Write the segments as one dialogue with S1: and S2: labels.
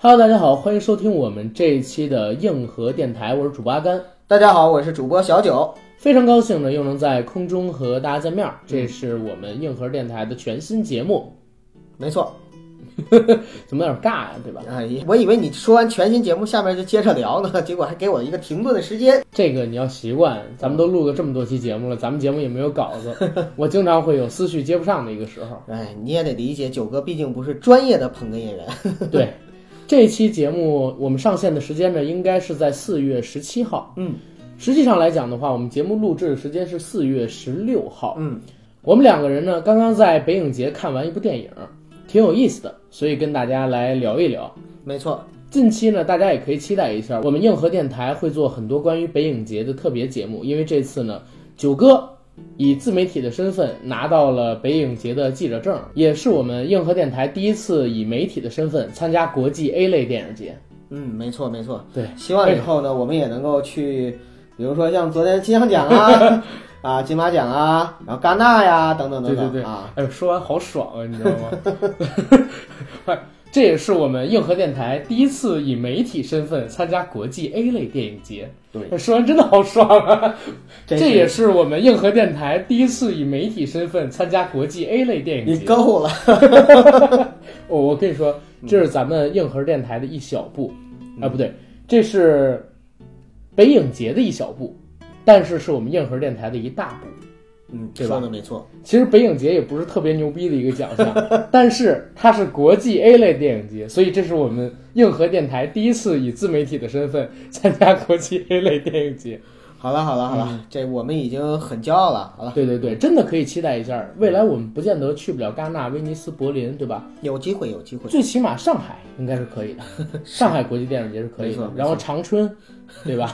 S1: Hello，大家好，欢迎收听我们这一期的硬核电台，我是主播阿甘，
S2: 大家好，我是主播小九。
S1: 非常高兴呢又能在空中和大家见面儿，这是我们硬核电台的全新节目，
S2: 没错，
S1: 怎么有点尬呀、对吧？
S2: 哎，我以为你说完全新节目，下面就接着聊呢， 结果还给我一个停顿的时间。
S1: 这个你要习惯，咱们都录了这么多期节目了，咱们节目也没有稿子，我经常会有思绪接不上的一个时候。
S2: 哎，你也得理解，九哥毕竟不是专业的捧哏演员。
S1: 对，这期节目我们上线的时间呢，应该是在四月十七号。
S2: 嗯
S1: 实际上来讲的话，我们节目录制的时间是四月十六号。
S2: 嗯，
S1: 我们两个人呢，刚刚在北影节看完一部电影，挺有意思的，所以跟大家来聊一聊。
S2: 没错，
S1: 近期呢，大家也可以期待一下，我们硬核电台会做很多关于北影节的特别节目，因为这次呢，九哥以自媒体的身份拿到了北影节的记者证，也是我们硬核电台第一次以媒体的身份参加国际 A 类电影节。
S2: 嗯，没错，没错。
S1: 对，
S2: 希望以后呢，我们也能够去，比如说像昨天金像 奖啊，啊金马奖啊，然后戛纳呀，等等等等
S1: 对对对
S2: 啊。
S1: 哎呦，说完好爽啊，你知道吗？哎 这也是我们硬核电台第一次以媒体身份参加国际 A 类电影节。哎
S2: 对，
S1: 说完真的好爽啊！这
S2: 真是
S1: 也是我们硬核电台第一次以媒体身份参加国际 A 类电影
S2: 你
S1: 节。
S2: 够了。
S1: 我、我跟你说，
S2: 嗯
S1: 这是咱们硬核电台的一小步，啊，不对，这是北影节的一小步，但是是我们硬核电台的一大步。
S2: 嗯，
S1: 对吧
S2: 说的没错。
S1: 其实北影节也不是特别牛逼的一个奖 项，但是它是国际 A 类电影节，所以这是我们硬核电台第一次以自媒体的身份参加国际 A 类电影节。
S2: 好了好了好
S1: 嗯
S2: 了，这我们已经很骄傲了。好了，
S1: 对对对，真的可以期待一下，未来我们不见得去不了戛纳、威尼斯、柏林，对吧？
S2: 有机会有机会。
S1: 最起码上海应该是可 以的，上海国际电影节是可以
S2: 没错
S1: 的
S2: 没，错
S1: 然后长春，对 吧？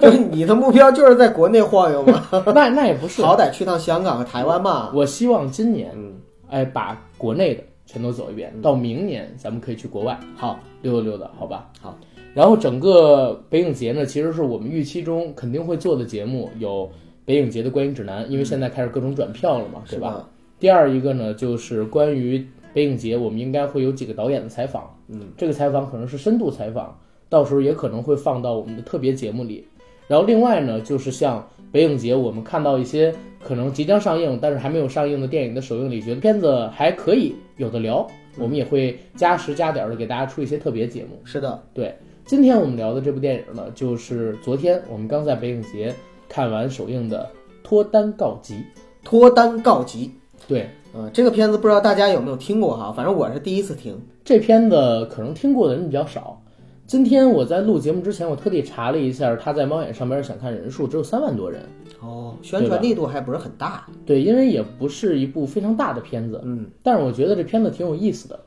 S2: 就是你的目标就是在国内晃悠吗？
S1: 那那也不是，
S2: 好歹去趟香港和台湾嘛。
S1: 我希望今年，
S2: 嗯，
S1: 哎，把国内的全都走一遍，到明年咱们可以去国外。
S2: 好，
S1: 溜达溜达，好吧？
S2: 好。
S1: 然后整个北影节呢，其实是我们预期中肯定会做的节目，有北影节的观影指南，因
S2: 嗯
S1: 为现在开始各种转票了嘛，对
S2: 是
S1: 吧？
S2: 吧？
S1: 第二一个呢，就是关于北影节，我们应该会有几个导演的采访，
S2: 嗯，
S1: 这个采访可能是深度采访，到时候也可能会放到我们的特别节目里。然后另外呢，就是像北影节，我们看到一些可能即将上映但是还没有上映的电影的首映礼，觉得片子还可以，有的聊，我们也会加时加点的给大家出一些特别节目。
S2: 是的，
S1: 对，今天我们聊的这部电影呢，就是昨天我们刚在北影节看完首映的《脱单告急》。
S2: 脱单告急。
S1: 对，
S2: 嗯、这个片子不知道大家有没有听过哈、反正我是第一次听。
S1: 这片子可能听过的人比较少。今天我在录节目之前，我特地查了一下，他在猫眼上边想看人数只有三万多人。
S2: 哦，宣传力度还不是很大。
S1: 对，因为也不是一部非常大的片子，
S2: 嗯，
S1: 但是我觉得这片子挺有意思的，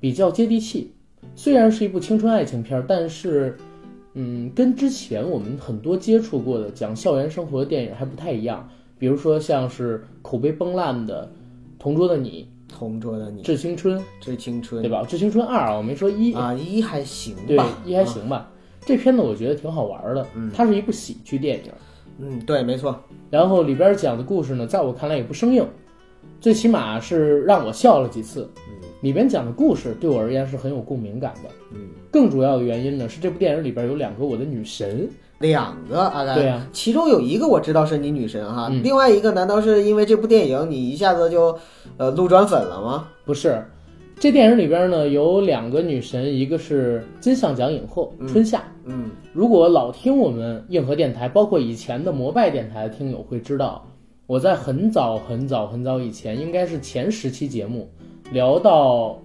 S1: 比较接地气。虽然是一部青春爱情片儿，但是，嗯，跟之前我们很多接触过的讲校园生活的电影还不太一样。比如说像是口碑崩烂的《同桌的你
S2: 同桌的》
S1: 《
S2: 你，
S1: 致青春》，
S2: 致青春
S1: 对吧？《致青春二》啊，我没说一，
S2: 啊，一还行
S1: 对
S2: 吧，，啊嗯
S1: 一还行吧。这片子我觉得挺好玩的，它是一部喜剧电影，
S2: 嗯，对，没错，
S1: 然后里边讲的故事呢，在我看来也不生硬，最起码是让我笑了几次。里边讲的故事对我而言是很有共鸣感的。
S2: 嗯，
S1: 更主要的原因呢是这部电影里边有两个我的女神，
S2: 两个阿甘，
S1: 对啊
S2: 其中有一个我知道是你女神哈，
S1: 嗯
S2: 另外一个难道是因为这部电影你一下子就呃路转粉了吗？
S1: 不是。这电影里边呢有两个女神，一个是金像奖影后春夏。
S2: 嗯，
S1: 如果老听我们硬核电台，包括以前的摩拜电台的听友会知道，我在很早很早很早以前，应该是前十期节目聊到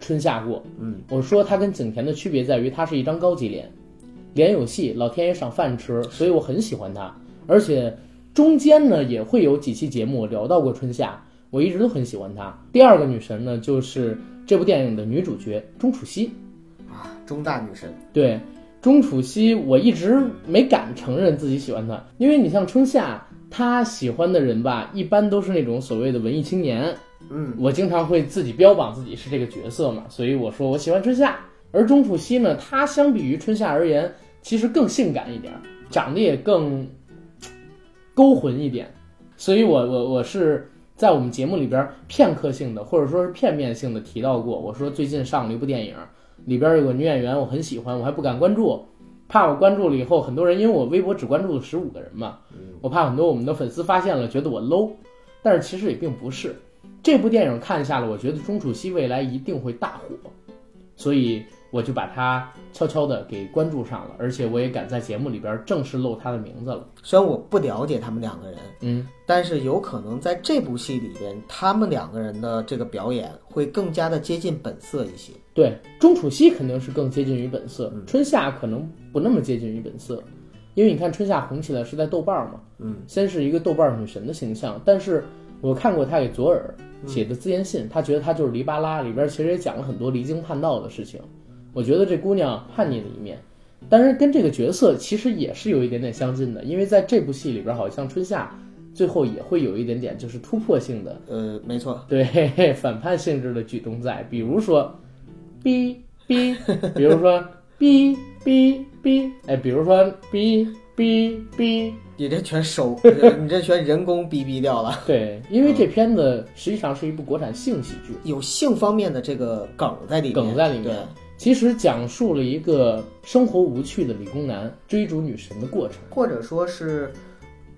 S1: 春夏过。
S2: 嗯，
S1: 我说它跟景甜的区别在于，它是一张高级脸，脸有戏，老天爷赏饭吃，所以我很喜欢它。而且中间呢也会有几期节目我聊到过春夏，我一直都很喜欢她。第二个女神呢，就是这部电影的女主角钟楚曦。
S2: 啊，中大女神，
S1: 对，钟楚曦，我一直没敢承认自己喜欢她，因为你像春夏，她喜欢的人吧，一般都是那种所谓的文艺青年。
S2: 嗯，
S1: 我经常会自己标榜自己是这个角色嘛，所以我说我喜欢春夏。而钟楚曦呢，她相比于春夏而言，其实更性感一点儿，长得也更嘖勾魂一点，所以我我我是。在我们节目里边片刻性的，或者说是片面性的提到过，我说最近上了一部电影，里边有个女演员，我很喜欢，我还不敢关注，怕我关注了以后，很多人因为我微博只关注了十五个人嘛，我怕很多我们的粉丝发现了，觉得我 low，但是其实也并不是。这部电影看下来，我觉得钟楚曦未来一定会大火，所以我就把她悄悄的给关注上了，而且我也敢在节目里边正式露她的名字了。
S2: 虽然我不了解他们两个人，
S1: 嗯，
S2: 但是有可能在这部戏里边，他们两个人的这个表演会更加的接近本色一些。
S1: 对，钟楚曦肯定是更接近于本色，春夏可能不那么接近于本色，因为你看春夏红起来是在豆瓣儿嘛，
S2: 嗯，
S1: 先是一个豆瓣儿女神的形象，但是我看过她给左耳写的自荐信，她觉得她就是黎巴拉，里边其实也讲了很多离经叛道的事情，我觉得这姑娘叛逆的一面。但是跟这个角色其实也是有一点点相近的，因为在这部戏里边，好像春夏最后也会有一点点就是突破性的
S2: 呃，没错，
S1: 对反叛性质的举动在，比如说，哔哔，比如说哔哔哔，哎，比如说哔哔哔，
S2: 你这全手， 你这全人工逼逼掉了。
S1: 对，因为这片子实际上是一部国产性喜剧，
S2: 有性方面的这个梗在里面，
S1: 梗在里面
S2: 对，
S1: 其实讲述了一个生活无趣的理工男追逐女神的过程。
S2: 或者说是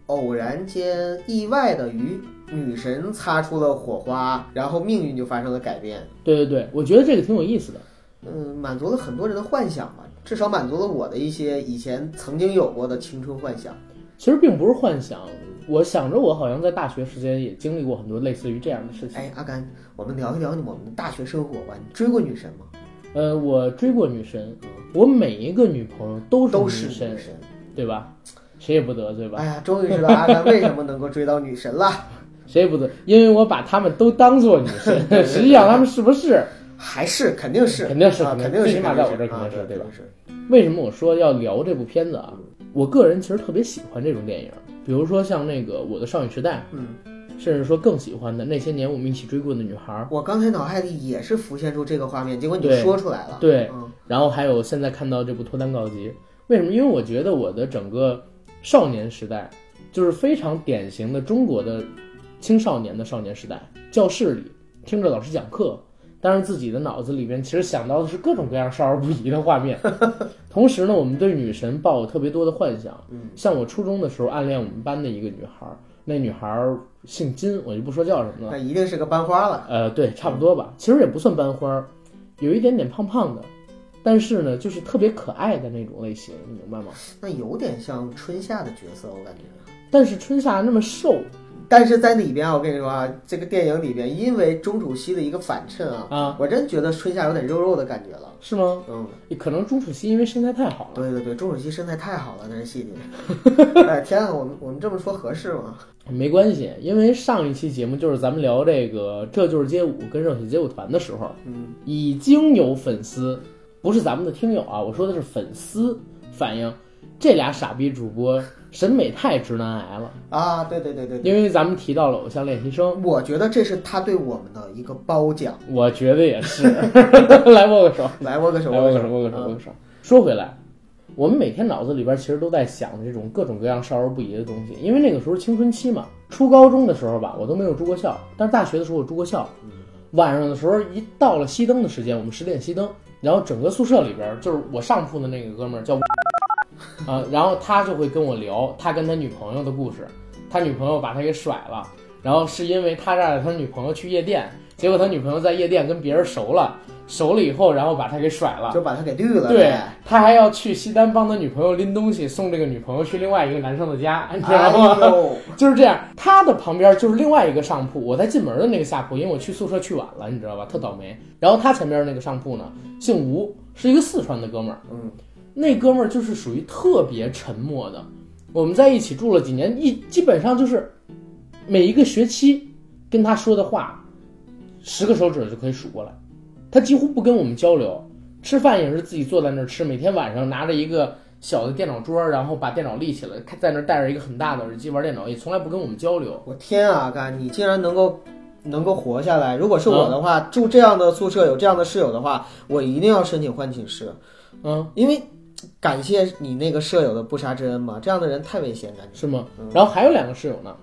S2: 偶然间意外的与女神擦出了火花，然后命运就发生了改变。
S1: 对对对，我觉得这个挺有意思的。
S2: 嗯，满足了很多人的幻想吧，至少满足了我的一些以前曾经有过的青春幻想。
S1: 其实并不是幻想，我想着我好像在大学时间也经历过很多类似于这样的事情。
S2: 哎，阿甘，我们聊一聊我们的大学生活吧。你追过女神吗？
S1: 呃，我追过女神，我每一个女朋友都
S2: 都
S1: 是
S2: 是
S1: 女神
S2: 女，神。
S1: 对吧？谁也不得罪吧？
S2: 哎呀，终于知道阿甘为什么能够追到女神了，
S1: 谁也不得，因为我把她们都当做女神，实际上她们是不是？
S2: 还是肯定是
S1: 肯定是
S2: 啊
S1: 肯定
S2: 肯定
S1: 最
S2: 是，
S1: 起码在我
S2: 肯定
S1: 这儿肯定
S2: 啊
S1: 是对吧
S2: 肯定是
S1: 为什么我说要聊这部片子啊？我个人其实特别喜欢这种电影，比如说像那个《我的少女时代
S2: 嗯。》，
S1: 甚至说更喜欢的那些年我们一起追过的女孩，
S2: 我刚才脑海里也是浮现出这个画面，结果你就
S1: 对
S2: 说出来了。
S1: 对
S2: 嗯，
S1: 然后还有现在看到这部《脱单告急》，为什么？因为我觉得我的整个少年时代就是非常典型的中国的青少年的少年时代，教室里听着老师讲课，但是自己的脑子里边其实想到的是各种各样少儿不宜的画面。同时呢，我们对女神抱有特别多的幻想。
S2: 嗯，
S1: 像我初中的时候暗恋我们班的一个女孩儿，那女孩儿姓金，我就不说叫什么了。
S2: 那一定是个班花了。
S1: 呃，对，差不多吧。其实也不算班花儿，有一点点胖胖的，但是呢，就是特别可爱的那种类型，你明白吗？
S2: 那有点像春夏的角色，我感觉。
S1: 但是春夏那么瘦
S2: 但是在里边啊，我跟你说啊，这个电影里边，因为钟楚曦的一个反衬啊，
S1: 啊，
S2: 我真觉得春夏有点肉肉的感觉了。
S1: 是吗？
S2: 嗯，
S1: 可能钟楚曦因为身材太好了，
S2: 对对对，钟楚曦身材太好了，在这戏 里。哎天啊，我们我们这么说合适吗？
S1: 没关系，因为上一期节目就是咱们聊这个《这就是街舞》跟《热血街舞团》的时候，
S2: 嗯，
S1: 已经有粉丝，不是咱们的听友啊，我说的是粉丝反映这俩傻逼主播审美太直男癌了，
S2: 啊，对对对对对，
S1: 因为咱们提到了偶像练习生。
S2: 我觉得这是他对我们的一个褒奖。
S1: 我觉得也是，来握个手，
S2: 来握个手，
S1: 来握
S2: 握
S1: 个手，握个手，握个手。说回来，我们每天脑子里边其实都在想这种各种各样少儿不宜的东西，因为那个时候青春期嘛，初高中的时候吧，我都没有住过校，但是大学的时候我住过校。晚上的时候，一到了熄灯的时间，我们十点熄灯，然后整个宿舍里边就是我上铺的那个哥们儿叫，啊，然后他就会跟我聊他跟他女朋友的故事，他女朋友把他给甩了，然后是因为他带着他女朋友去夜店，结果他女朋友在夜店跟别人熟了，熟了以后，然后把他给甩了。
S2: 就把他给绿了。
S1: 对他还要去西单帮他女朋友拎东西，送这个女朋友去另外一个男生的家，你知
S2: 哎
S1: 道吗？
S2: 呦，
S1: 就是这样，他的旁边就是另外一个上铺，我在进门的那个下铺，因为我去宿舍去晚了，你知道吧，特倒霉。然后他前边那个上铺呢，姓吴，是一个四川的哥们儿，
S2: 嗯，
S1: 那哥们儿就是属于特别沉默的。我们在一起住了几年，一基本上就是每一个学期跟他说的话，十个手指就可以数过来。他几乎不跟我们交流，吃饭也是自己坐在那儿吃，每天晚上拿着一个小的电脑桌，然后把电脑立起来，看在那儿戴着一个很大的耳机玩电脑，也从来不跟我们交流。
S2: 我天啊，干，你竟然能够能够活下来！如果是我的话，住这样的宿舍，有这样的室友的话，我一定要申请换寝室，
S1: 嗯，
S2: 因为感谢你那个舍友的不杀之恩嘛，这样的人太危险了。
S1: 是吗？然后还有两个室友呢，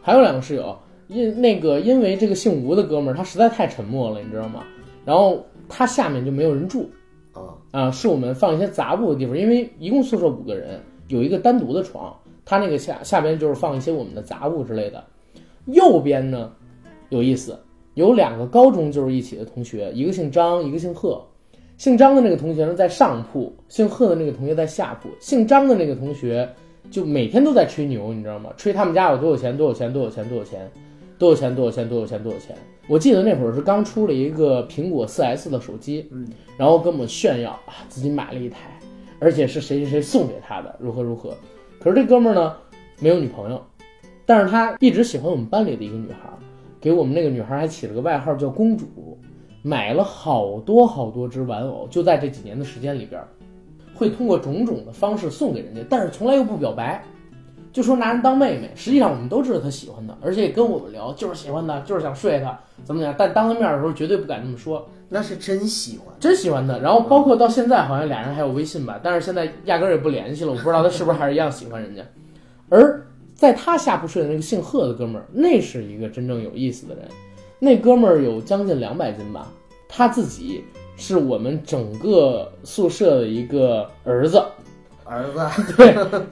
S1: 还有两个室友，因那个因为这个姓吴的哥们儿他实在太沉默了，你知道吗？然后他下面就没有人住，
S2: 啊，
S1: 啊，是我们放一些杂物的地方，因为一共宿舍五个人，有一个单独的床，它那个下下边就是放一些我们的杂物之类的。右边呢，有意思，有两个高中就是一起的同学，一个姓张，一个姓贺。姓张的那个同学呢在上铺，姓贺的那个同学在下铺。姓张的那个同学就每天都在吹牛，你知道吗？吹他们家有多有钱，多有钱，多有钱，多有钱，多有钱，多有钱，多有钱，多有钱。我记得那会儿是刚出了一个苹果 4S 的手机，然后跟我们炫耀啊，自己买了一台，而且是谁谁谁送给他的，如何如何。可是这哥们儿呢，没有女朋友，但是他一直喜欢我们班里的一个女孩儿，给我们那个女孩儿还起了个外号叫公主，买了好多好多只玩偶，就在这几年的时间里边儿，会通过种种的方式送给人家，但是从来又不表白。就说拿人当妹妹，实际上我们都知道他喜欢她，而且也跟我们聊，就是喜欢她，就是想睡她，怎么怎么样。但当着面的时候，绝对不敢这么说。
S2: 那是真喜欢。
S1: 真喜欢他。然后包括到现在，好像俩人还有微信吧，但是现在压根儿也不联系了。我不知道他是不是还是一样喜欢人家。而在他下铺睡的那个姓贺的哥们儿，那是一个真正有意思的人。那哥们儿有将近两百斤吧，他自己是我们整个宿舍的一个儿子。
S2: 儿子，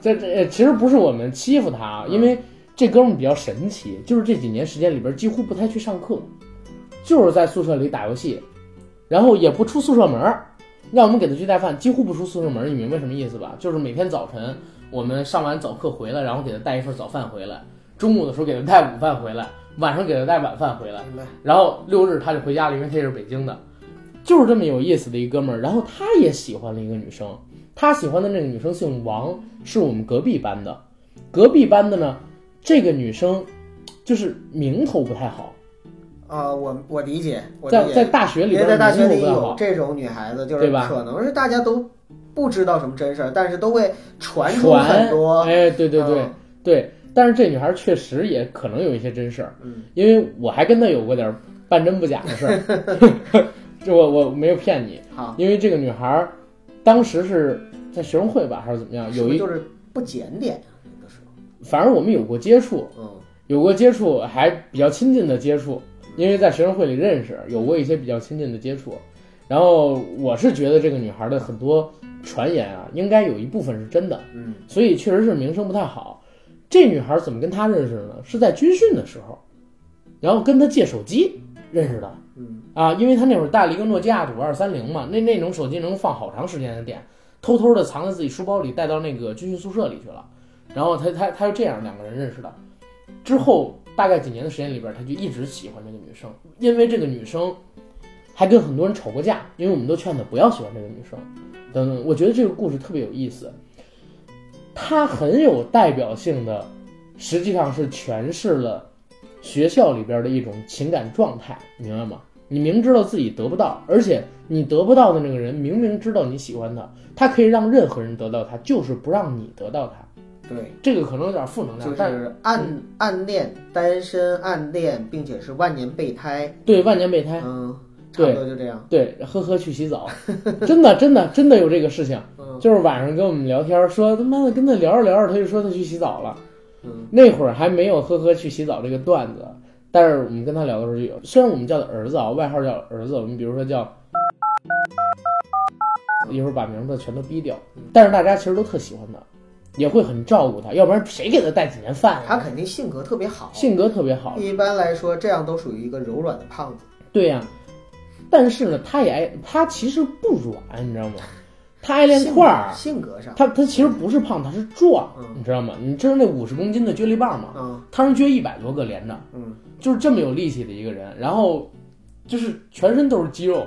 S1: 这这呃其实不是我们欺负他，啊，因为这哥们儿比较神奇，就是这几年时间里边几乎不太去上课，就是在宿舍里打游戏，然后也不出宿舍门儿，让我们给他去带饭，几乎不出宿舍门儿，你明白什么意思吧？就是每天早晨我们上完早课回来，然后给他带一份早饭回来，中午的时候给他带午饭回来，晚上给他带晚饭回来，
S2: 明白
S1: 然后六日他就回家了，因为他也是北京的，就是这么有意思的一哥们儿。然后他也喜欢了一个女生，他喜欢的那个女生姓王，是我们隔壁班的。隔壁班的呢，这个女生就是名头不太好，
S2: 啊，我我理解，我
S1: 在
S2: 理
S1: 在
S2: 解。
S1: 大学里
S2: 因
S1: 边
S2: 为在大学里
S1: 名头不太
S2: 有
S1: 好。
S2: 这种女孩子，就是
S1: 对吧
S2: 可能是大家都不知道什么真事儿，但是都会传出
S1: 传
S2: 很多。
S1: 哎，对对对、
S2: 嗯
S1: 对，但是这女孩确实也可能有一些真事儿，
S2: 嗯
S1: 因为我还跟她有过点儿半真不假的事儿， 这我我没有骗你，
S2: 嗯好，
S1: 因为这个女孩儿当时是在学生会吧，还是怎么样？
S2: 是
S1: 啊有
S2: 不是
S1: 一，
S2: 就是不检点啊那个时
S1: 反正我们有过接触，
S2: 候，嗯，
S1: 有过接触，还比较亲近的接触，因为在学生会里认识，有过一些比较亲近的接触。然后我是觉得这个女孩的很多传言啊，应该有一部分是真的，
S2: 嗯，
S1: 所以确实是名声不太好。这女孩怎么跟他认识的呢？是在军训的时候，然后跟他借手机认识的。
S2: 嗯
S1: 啊，因为他那会儿带了一个诺基亚的五二三零嘛，那那种手机能放好长时间的电，偷偷的藏在自己书包里，带到那个军训宿舍里去了。然后他他他就这样两个人认识的，之后大概几年的时间里边，他就一直喜欢这个女生，因为这个女生还跟很多人吵过架，因为我们都劝他不要喜欢这个女生。等等，我觉得这个故事特别有意思，它很有代表性的，实际上是诠释了学校里边的一种情感状态，你明白吗？你明知道自己得不到，而且你得不到的那个人明明知道你喜欢他，他可以让任何人得到他，就是不让你得到他。
S2: 对，
S1: 这个可能有点负能量，嗯
S2: 就
S1: 但嗯
S2: 是暗暗恋、单身、暗恋，并且是万年备胎，
S1: 对万年备胎，
S2: 嗯，差
S1: 对
S2: 不多就这样，
S1: 对呵呵去洗澡， 真的真的真的有这个事情，
S2: 嗯
S1: 就是晚上跟我们聊天说他妈的跟他聊着聊着他就说他去洗澡了，
S2: 嗯，
S1: 那会儿还没有呵呵去洗澡这个段子，但是我们跟他聊的时候就有，虽然我们叫他儿子啊，外号叫儿子，我们比如说叫，一会儿把名字全都逼掉，但是大家其实都特喜欢他，也会很照顾他，要不然谁给他带几年饭
S2: 他
S1: 呀？
S2: 肯定性格特别好，
S1: 性格特别好，
S2: 一般来说这样都属于一个柔软的胖子，
S1: 对呀、但是呢，他也爱他其实不软，你知道吗？他爱练块儿，
S2: 性格上，
S1: 他他其实不是胖，他是壮，
S2: 嗯
S1: 你知道吗？你知道那五十公斤的撅力棒吗？
S2: 嗯
S1: 他能撅一百多个连着，
S2: 嗯，
S1: 就是这么有力气的一个人，然后就是全身都是肌肉，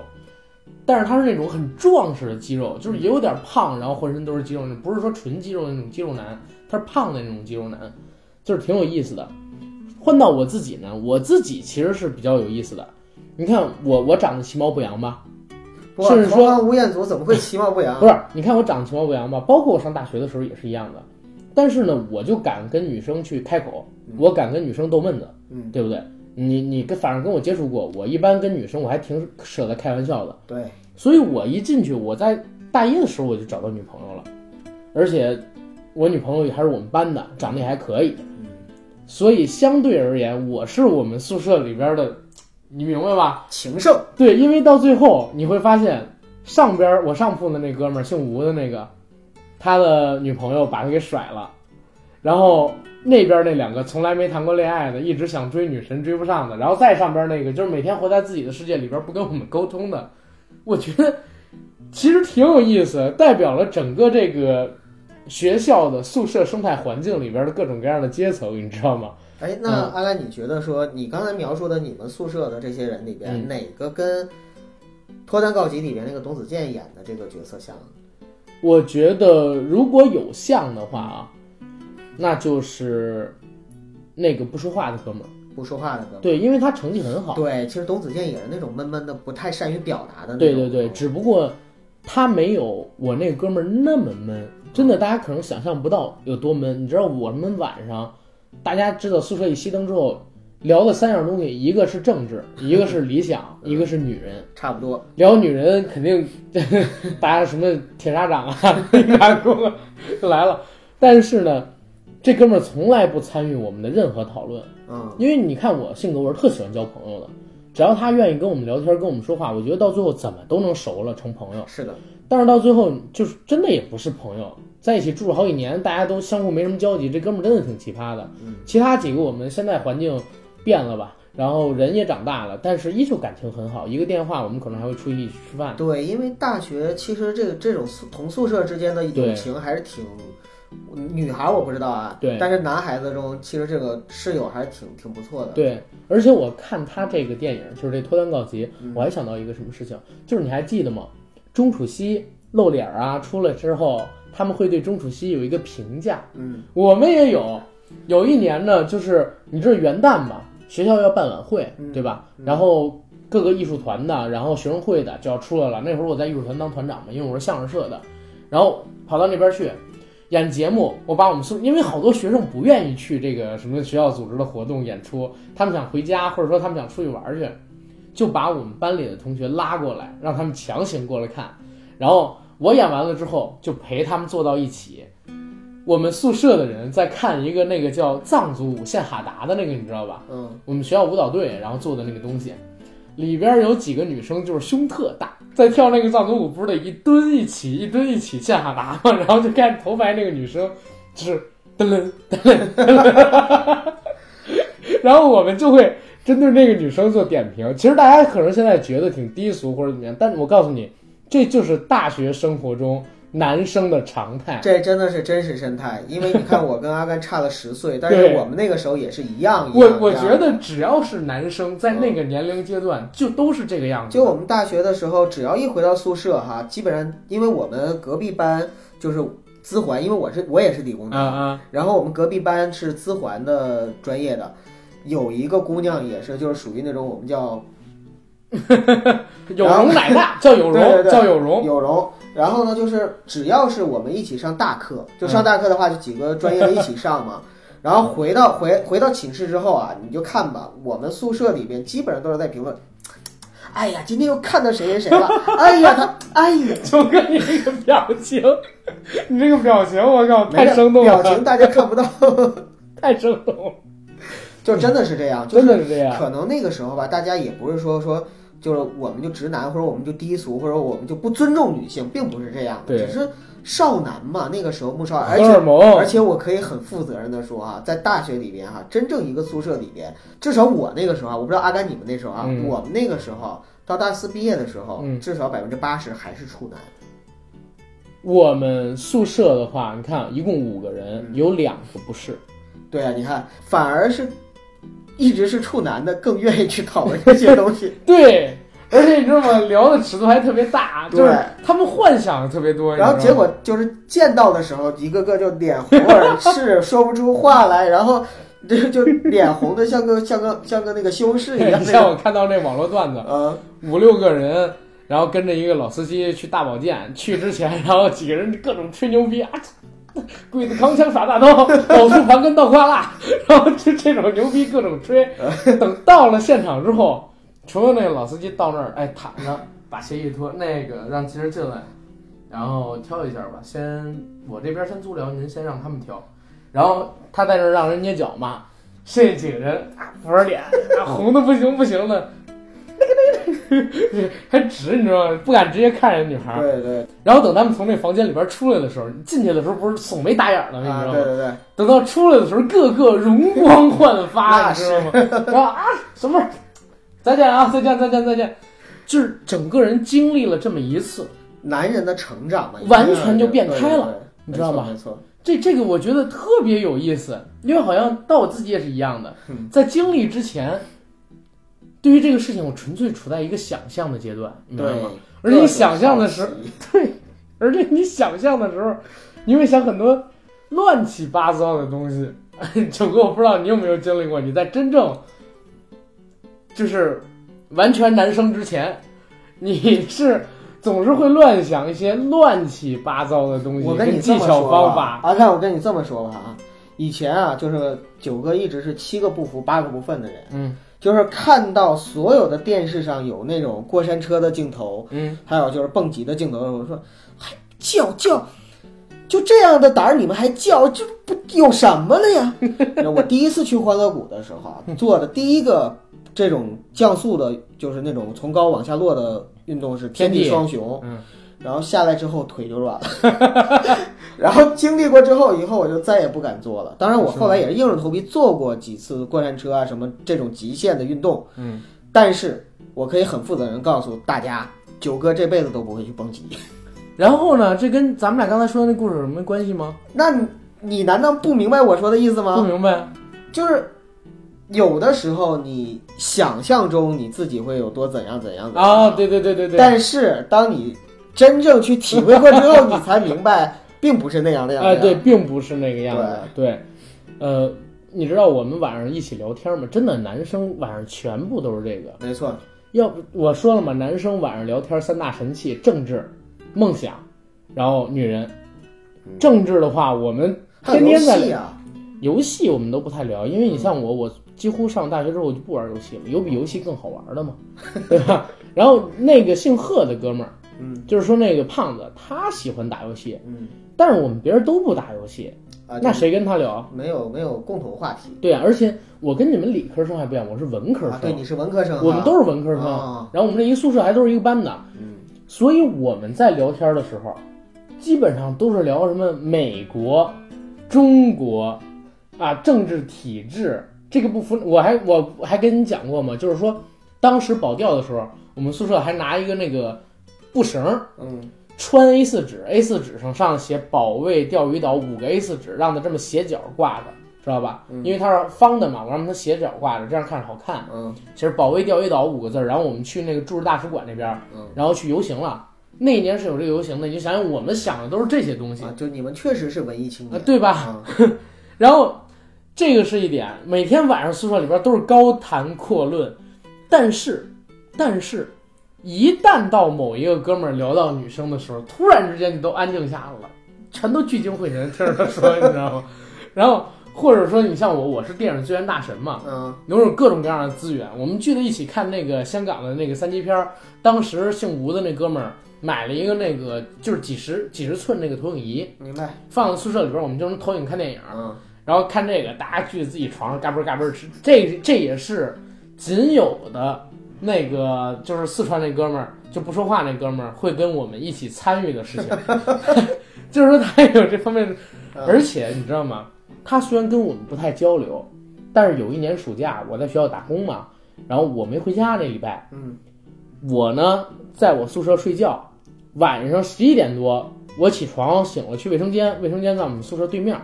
S1: 但是他是那种很壮实的肌肉，就是也有点胖，然后浑身都是肌肉，不是说纯肌肉的那种肌肉男，他是胖的那种肌肉男，就是挺有意思的。换到我自己呢，我自己其实是比较有意思的。你看我，我长得其貌不扬吧？
S2: 不，
S1: 甚至说嗯
S2: 同行无彦祖怎么会其貌不扬？
S1: 不是，你看我长得其貌不扬吧？包括我上大学的时候也是一样的。但是呢，我就敢跟女生去开口，我敢跟女生逗闷子，
S2: 嗯，
S1: 对不对？你你跟反正跟我接触过，我一般跟女生我还挺舍得开玩笑的，
S2: 对，
S1: 所以我一进去，我在大一的时候我就找到女朋友了，而且我女朋友还是我们班的，长得也还可以，
S2: 嗯，
S1: 所以相对而言，我是我们宿舍里边的，你明白吧？
S2: 情圣，
S1: 对，因为到最后你会发现，上边儿我上铺的那哥们儿姓吴的那个，他的女朋友把他给甩了，然后那边那两个从来没谈过恋爱的，一直想追女神追不上的，然后再上边那个就是每天活在自己的世界里边不跟我们沟通的，我觉得其实挺有意思，代表了整个这个学校的宿舍生态环境里边的各种各样的阶层，你知道吗？
S2: 哎，那
S1: 嗯
S2: 阿兰，你觉得说你刚才描述的你们宿舍的这些人里边，
S1: 嗯
S2: 哪个跟《脱单告急》里边那个董子健演的这个角色像？
S1: 我觉得如果有像的话啊，那就是那个不说话的哥们儿，
S2: 不说话的哥们
S1: 对，因为他成绩很
S2: 儿。
S1: 好，
S2: 对，其实董子健也是那种闷闷的，不太善于表达的那
S1: 对
S2: 种。
S1: 对对，只不过他没有我那哥们儿那么闷，真的大家可能想象不到有多闷。你知道我们晚上，大家知道宿舍一熄灯之后聊的三样东西，一个是政治，一个是理想，一个是女人。
S2: 差不多。
S1: 聊女人肯定 大家什么铁砂掌啊、 地卡工啊就来了。但是呢，这哥们儿从来不参与我们的任何讨论，
S2: 嗯，
S1: 因为你看我性格，我是特喜欢交朋友的。只要他愿意跟我们聊天、跟我们说话，我觉得到最后怎么都能熟了，成朋友。
S2: 是的，
S1: 但是到最后，就是真的也不是朋友，在一起住了好几年，大家都相互没什么交集，这哥们儿真的挺奇葩的。其他几个我们现在环境变了吧，然后人也长大了，但是依旧感情很好。一个电话，我们可能还会出去一起吃饭。
S2: 对，因为大学其实这个这种宿同宿舍之间的友
S1: 对
S2: 情还是挺。女孩我不知道啊，
S1: 对
S2: 但是男孩子中其实这个室友还是挺挺不错的。
S1: 对，而且我看他这个电影，就是这《脱单告急》，
S2: 嗯
S1: 我还想到一个什么事情，就是你还记得吗？钟楚曦露脸儿啊出来之后，他们会对钟楚曦有一个评价。
S2: 嗯，
S1: 我们也有，有一年呢，就是你这是元旦吧，学校要办晚会，对吧？然后各个艺术团的，然后学生会的就要出来了。那会儿我在艺术团当团长嘛，因为我是相声社的，然后跑到那边去。演节目，我把我们宿，因为好多学生不愿意去这个什么学校组织的活动演出，他们想回家，或者说他们想出去玩儿去，就把我们班里的同学拉过来，让他们强行过来看。然后我演完了之后，就陪他们坐到一起。我们宿舍的人在看一个那个叫藏族五线哈达的那个，你知道吧？
S2: 嗯，
S1: 我们学校舞蹈队然后做的那个东西，里边有几个女生就是胸特大，在跳那个藏族舞，不是得一蹲一起，一蹲一起欠哈达嘛，然后就看头排那个女生就是噔噔噔噔， 然后我们就会针对那个女生做点评。其实大家可能现在觉得挺低俗或者怎么样，但我告诉你，这就是大学生活中男生的常态。
S2: 这真的是真实生态，因为你看我跟阿甘差了十岁，但是
S1: 对
S2: 我们那个时候也是一样一样。
S1: 我我
S2: 一样
S1: 觉得只要是男生在那个年龄阶段，就都是这个样子。
S2: 就我们大学的时候，只要一回到宿舍哈，基本上因为我们隔壁班就是资环，因为我是我也是理工
S1: 啊
S2: 男，
S1: 啊，
S2: 然后我们隔壁班是资环的专业的，有一个姑娘也是就是属于那种我们叫
S1: 有容乃大，叫有
S2: 对对
S1: 容，
S2: 对
S1: 叫有容。
S2: 有容。然后呢，就是只要是我们一起上大课，就
S1: 嗯
S2: 上大课的话，就几个专业的一起上 嘛。然后回到回回到寝室之后啊，你就看吧，我们宿舍里边基本上都是在评论。哎呀，今天又看到谁谁谁了！哎呀，他，哎呀，
S1: 就跟你这个表情，你这个表情，我靠，
S2: 没
S1: 太
S2: 事
S1: 生动
S2: 表
S1: 了，
S2: 情大家看不到，
S1: 太生动了，
S2: 就真的是这 样，啊就是
S1: 真的是这样。
S2: 可能那个时候吧，大家也不是说说就是我们就直男，或者我们就低俗，或者我们就不尊重女性，并不是这样的，
S1: 对哦
S2: 只是少男嘛，那个时候慕少，
S1: 啊
S2: 而
S1: 荷
S2: 且
S1: 尔蒙
S2: 而，且我可以很负责任的说啊，在大学里边哈、真正一个宿舍里边，啊至少我那个时候啊，我不知道阿甘你们那时候啊，
S1: 嗯
S2: 我们那个时候到大四毕业的时候，啊
S1: 嗯
S2: 至少百分之八十还是处男。
S1: 我们宿舍的话，你看，一共五个人，
S2: 嗯
S1: 有两个不是，
S2: 对啊，你看，反而是一直是处男的更愿意去讨论这些东西。
S1: 对。而且你知道吗？聊的尺度还特别大，
S2: 对
S1: 就是他们幻想特别多。
S2: 然后
S1: 你知
S2: 结
S1: 道吗
S2: 果就是见到的时候，一个个就脸红耳赤，说不出话来，然后 就就脸红的像个像个像个那个西红柿一 样
S1: 你
S2: 那
S1: 像
S2: 种。
S1: 我看到那网络段子，
S2: 嗯，
S1: 五六个人，然后跟着一个老司机去大保健。去之前，然后几个人各种吹牛逼啊，鬼子扛枪耍大刀，老树盘根倒挂蜡，然后就这种牛逼各种吹。等到了现场之后，除了那个老司机到那儿，哎，躺着把鞋一脱，那个让其实进来，然后挑一下吧。先我这边先租聊，您先让他们挑。然后他在那儿让人捏脚嘛，这几个人啊，扶着脸，啊红的不行不行的，还直，你知道吗？不敢直接看人女孩儿。
S2: 对对
S1: 然后等他们从那房间里边出来的时候，进去的时候不是耸眉打眼儿的，你知
S2: 啊，
S1: 道
S2: 对
S1: 吗？
S2: 对对，
S1: 等到出来的时候，个个容光焕发，
S2: 那
S1: 你
S2: 是
S1: 知道吗？然后啊，什么事儿？再见啊，再见，再见，再见。就是整个人经历了这么一次，
S2: 男人的成长嘛，
S1: 完全就变开了
S2: 对，对对
S1: 你知道吗
S2: 没错，
S1: 这这个我觉得特别有意思，因为好像到我自己也是一样的
S2: 嗯，
S1: 在经历之前，对于这个事情我纯粹处在一个想象的阶段，你
S2: 没
S1: 明白
S2: 错
S1: 吗？
S2: 对，
S1: 嗯而且你想象的时候
S2: 各，种好奇，
S1: 对，而且你想象的时候，你会想很多乱七八糟的东西。 九哥，我不知道你有没有经历过，你在真正就是完全男生之前，你是总是会乱想一些乱七八糟的东西，
S2: 我跟你这
S1: 技
S2: 么
S1: 巧
S2: 说啊
S1: 方
S2: 吧
S1: 法，
S2: 阿看我跟你这么说吧啊，以前啊，就是九哥一直是七个不服八个不忿的人，
S1: 嗯
S2: 就是看到所有的电视上有那种过山车的镜头，
S1: 嗯，
S2: 还有就是蹦极的镜头，我说还叫叫。就这样的胆儿，你们还叫，这不有什么了 呀？我第一次去欢乐谷的时候啊，做的第一个这种降速的，就是那种从高往下落的运动是天
S1: 天
S2: 地
S1: 地
S2: 双雄。
S1: 嗯，
S2: 然后下来之后腿就软了， 然后经历过之后，以后我就再也不敢做了。当然，我后来也是硬着头皮做过几次过山车啊，什么这种极限的运动。
S1: 嗯，
S2: 但是我可以很负责任告诉大家，九哥这辈子都不会去蹦极。
S1: 然后呢，这跟咱们俩刚才说的那故事有什么关系吗？
S2: 那你你难道不明白我说的意思
S1: 不
S2: 吗？
S1: 明白。
S2: 就是有的时候你想象中你自己会有多怎样怎样的
S1: 啊，对对对对对，
S2: 但是当你真正去体会过之后，你才明白，并不是那样那样。
S1: 哎，
S2: 那
S1: 对，
S2: 样，
S1: 并不是那个样子。对，呃，你知道我们晚上一起聊天吗？真的，男生晚上全部都是这个。
S2: 没错。
S1: 要不我说了嘛，男生晚上聊天三大神器：政治、梦想，然后女人。政治的话，我们
S2: 嗯还
S1: 天
S2: 有游
S1: 天在
S2: 戏啊，
S1: 游戏我们都不太聊，因为你像我，我几乎上大学之后我就不玩游戏了，有
S2: 嗯
S1: 比游戏更好玩的吗？ 对吧？然后那个姓贺的哥们儿，
S2: 嗯
S1: 就是说那个胖子，他喜欢打游戏，
S2: 嗯
S1: 但是我们别人都不打游戏，
S2: 啊，
S1: 那
S2: 就
S1: 谁跟他聊？
S2: 没有没有共同话题
S1: 对啊，而且我跟你们理科生还不一样，我是文科
S2: 啊。对，
S1: 生，
S2: 你是文科生啊，
S1: 我们都是文科生，
S2: 啊
S1: 然后我们这一宿舍还都是一个班的，
S2: 嗯
S1: 所以我们在聊天的时候，基本上都是聊什么美国、中国啊政治体制这个不服。我还我还跟你讲过嘛，就是说当时保调的时候，我们宿舍还拿一个那个布绳儿
S2: 嗯
S1: 穿 A 4纸，A 4纸上上写“保卫钓鱼岛”五个 A 4纸，让它这么斜角挂着，知道吧？
S2: 嗯
S1: 因为它是方的嘛，我让它斜角挂着，这样看着好看。
S2: 嗯
S1: 其实“保卫钓鱼岛”五个字儿，然后我们去那个驻日大使馆那边，
S2: 嗯
S1: 然后去游行了。那一年是有这个游行的，你就想想我们想的都是这些东西，
S2: 啊，就你们确实是文艺青
S1: 啊
S2: 年，
S1: 对吧？
S2: 啊，
S1: 然后这个是一点，每天晚上宿舍里边都是高谈阔论，但是，但是，一旦到某一个哥们儿聊到女生的时候，突然之间你都安静下来了，全都聚精会神听着他说，你知道吗？ 然后或者说你像我，我是电影资源大神嘛，
S2: 嗯
S1: 拥有各种各样的资源。我们聚在一起看那个香港的那个三级片儿，当时姓吴的那哥们儿买了一个那个就是几十几十寸那个投影仪，
S2: 明白，
S1: 放在宿舍里边儿，我们就能投影看电影。
S2: 嗯
S1: 然后看这个，大家聚在自己床上嘎嘣嘎嘣吃，这这也是仅有的那个，就是四川那哥们儿就不说话那哥们儿会跟我们一起参与的事情，就是说他也有这方面的，
S2: 嗯
S1: 而且你知道吗？他虽然跟我们不太交流，但是有一年暑假我在学校打工嘛，然后我没回家那礼拜，
S2: 嗯
S1: 我呢在我宿舍睡觉，晚上十一点多我起床醒了去卫生间，卫生间在我们宿舍对面，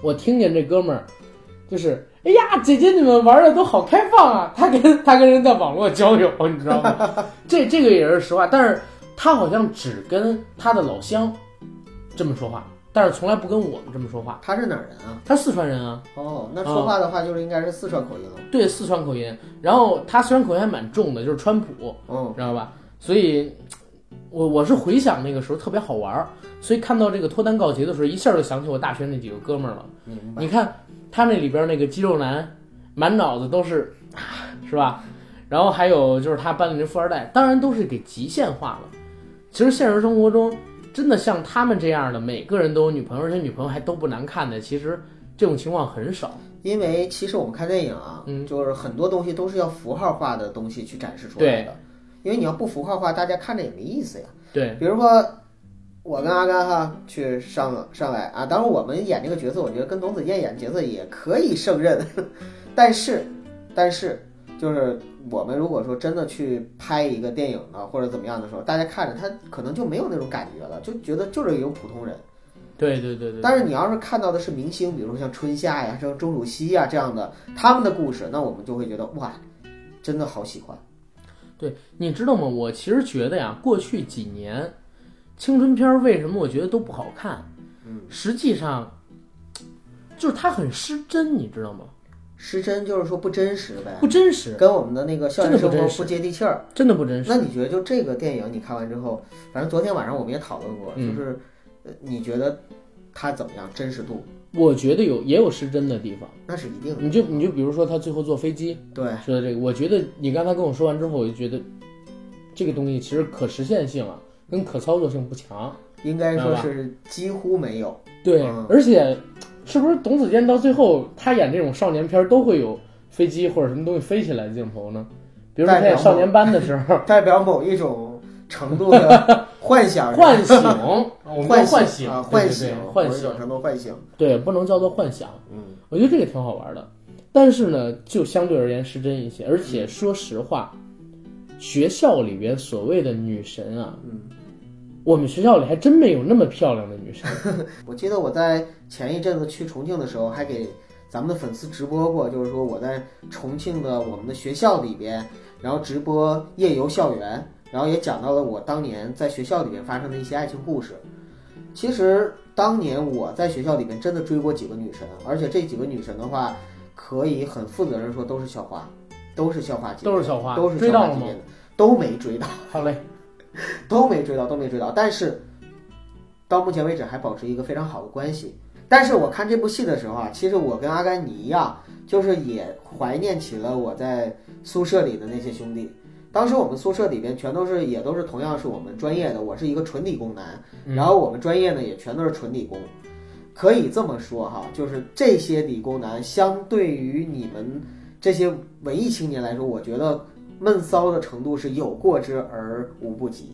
S1: 我听见这哥们儿就是。哎呀，姐姐，你们玩的都好开放啊！他跟他跟人在网络交友，你知道吗？这这个也是实话，但是他好像只跟他的老乡这么说话，但是从来不跟我们这么说话。
S2: 他是哪儿人啊？
S1: 他是四川人啊，
S2: 哦，那说话的话就是应该是四川口音了，
S1: 对四川口音。然后他四川口音还蛮重的，就是川普，
S2: 嗯
S1: 知道吧？所以，我我是回想那个时候特别好玩儿，所以看到这个脱单告捷的时候，一下就想起我大学那几个哥们儿了。
S2: 明白，
S1: 你看他那里边那个肌肉男，满脑子都是， 是吧？然后还有就是他班里那富二代，当然都是给极限化了。其实现实生活中，真的像他们这样的，每个人都有女朋友，而且女朋友还都不难看的，其实这种情况很少。
S2: 因为其实我们看电影啊，
S1: 嗯
S2: 就是很多东西都是要符号化的东西去展示出来的，因为你要不符号化，大家看着也没意思呀。
S1: 对，
S2: 比如说，我跟阿甘哈去上上来啊，当然我们演这个角色，我觉得跟董子健演角色也可以胜任， 但是，但是就是我们如果说真的去拍一个电影呢，或者怎么样的时候，大家看着他可能就没有那种感觉了，就觉得就是一个普通人。
S1: 对对对对。
S2: 但是你要是看到的是明星，比如说像春夏呀、像钟楚曦呀这样的他们的故事，那我们就会觉得哇，真的好喜欢。
S1: 对，你知道吗？我其实觉得呀，过去几年青春片儿为什么我觉得都不好看？
S2: 嗯，
S1: 实际上就是它很失真，你知道吗？
S2: 失真就是说不真实呗，
S1: 不真实，
S2: 跟我们的那个校园生
S1: 真的不
S2: 活
S1: 真实
S2: 不接地气儿。
S1: 真的不真实。
S2: 那你觉得就这个电影你看完之后，反正昨天晚上我们也讨论过，
S1: 嗯
S2: 就是呃你觉得它怎么样真实度？
S1: 我觉得有也有失真的地方。
S2: 那是一定的。
S1: 你就你就比如说他最后坐飞机
S2: 对，
S1: 说的这个，我觉得你刚才跟我说完之后，我就觉得这个东西其实可实现性啊，跟可操作性不强。
S2: 应该
S1: 明
S2: 说
S1: 白
S2: 是几乎没有。
S1: 对，
S2: 嗯
S1: 而且是不是董子健到最后他演这种少年片儿都会有飞机或者什么东西飞起来的镜头呢？比如说他演少年班的时 候，
S2: 代表某一种程度的 幻想，
S1: 唤醒，啊我们叫
S2: 唤
S1: 醒
S2: 啊，，
S1: 对
S2: 唤
S1: 对对
S2: 醒，
S1: 唤
S2: 某一种
S1: 醒，
S2: 程度唤醒。
S1: 对，不能叫做幻想。
S2: 嗯，
S1: 我觉得这个挺好玩的，但是呢，就相对而言失真一些。而且说实话，学校里边所谓的女神啊，
S2: 嗯，
S1: 我们学校里还真没有那么漂亮的女生。
S2: 我记得我在前一阵子去重庆的时候，还给咱们的粉丝直播过，就是说我在重庆的我们的学校里边，然后直播夜游校园，然后也讲到了我当年在学校里面发生的一些爱情故事。其实当年我在学校里面真的追过几个女神，而且这几个女神的话，可以很负责任说都是校花，都是校花级别的，
S1: 都是校花
S2: 都是
S1: 追
S2: 校
S1: 到了
S2: 花级
S1: 吗
S2: 别的，都没追到。
S1: 好嘞，
S2: 都没追到，都没追到。但是到目前为止还保持一个非常好的关系。但是我看这部戏的时候啊，其实我跟阿甘你一样，就是也怀念起了我在宿舍里的那些兄弟。当时我们宿舍里边全都是，也都是同样是我们专业的，我是一个纯理工男，
S1: 嗯
S2: 然后我们专业呢也全都是纯理工。可以这么说哈，就是这些理工男相对于你们这些文艺青年来说，我觉得闷骚的程度是有过之而无不及。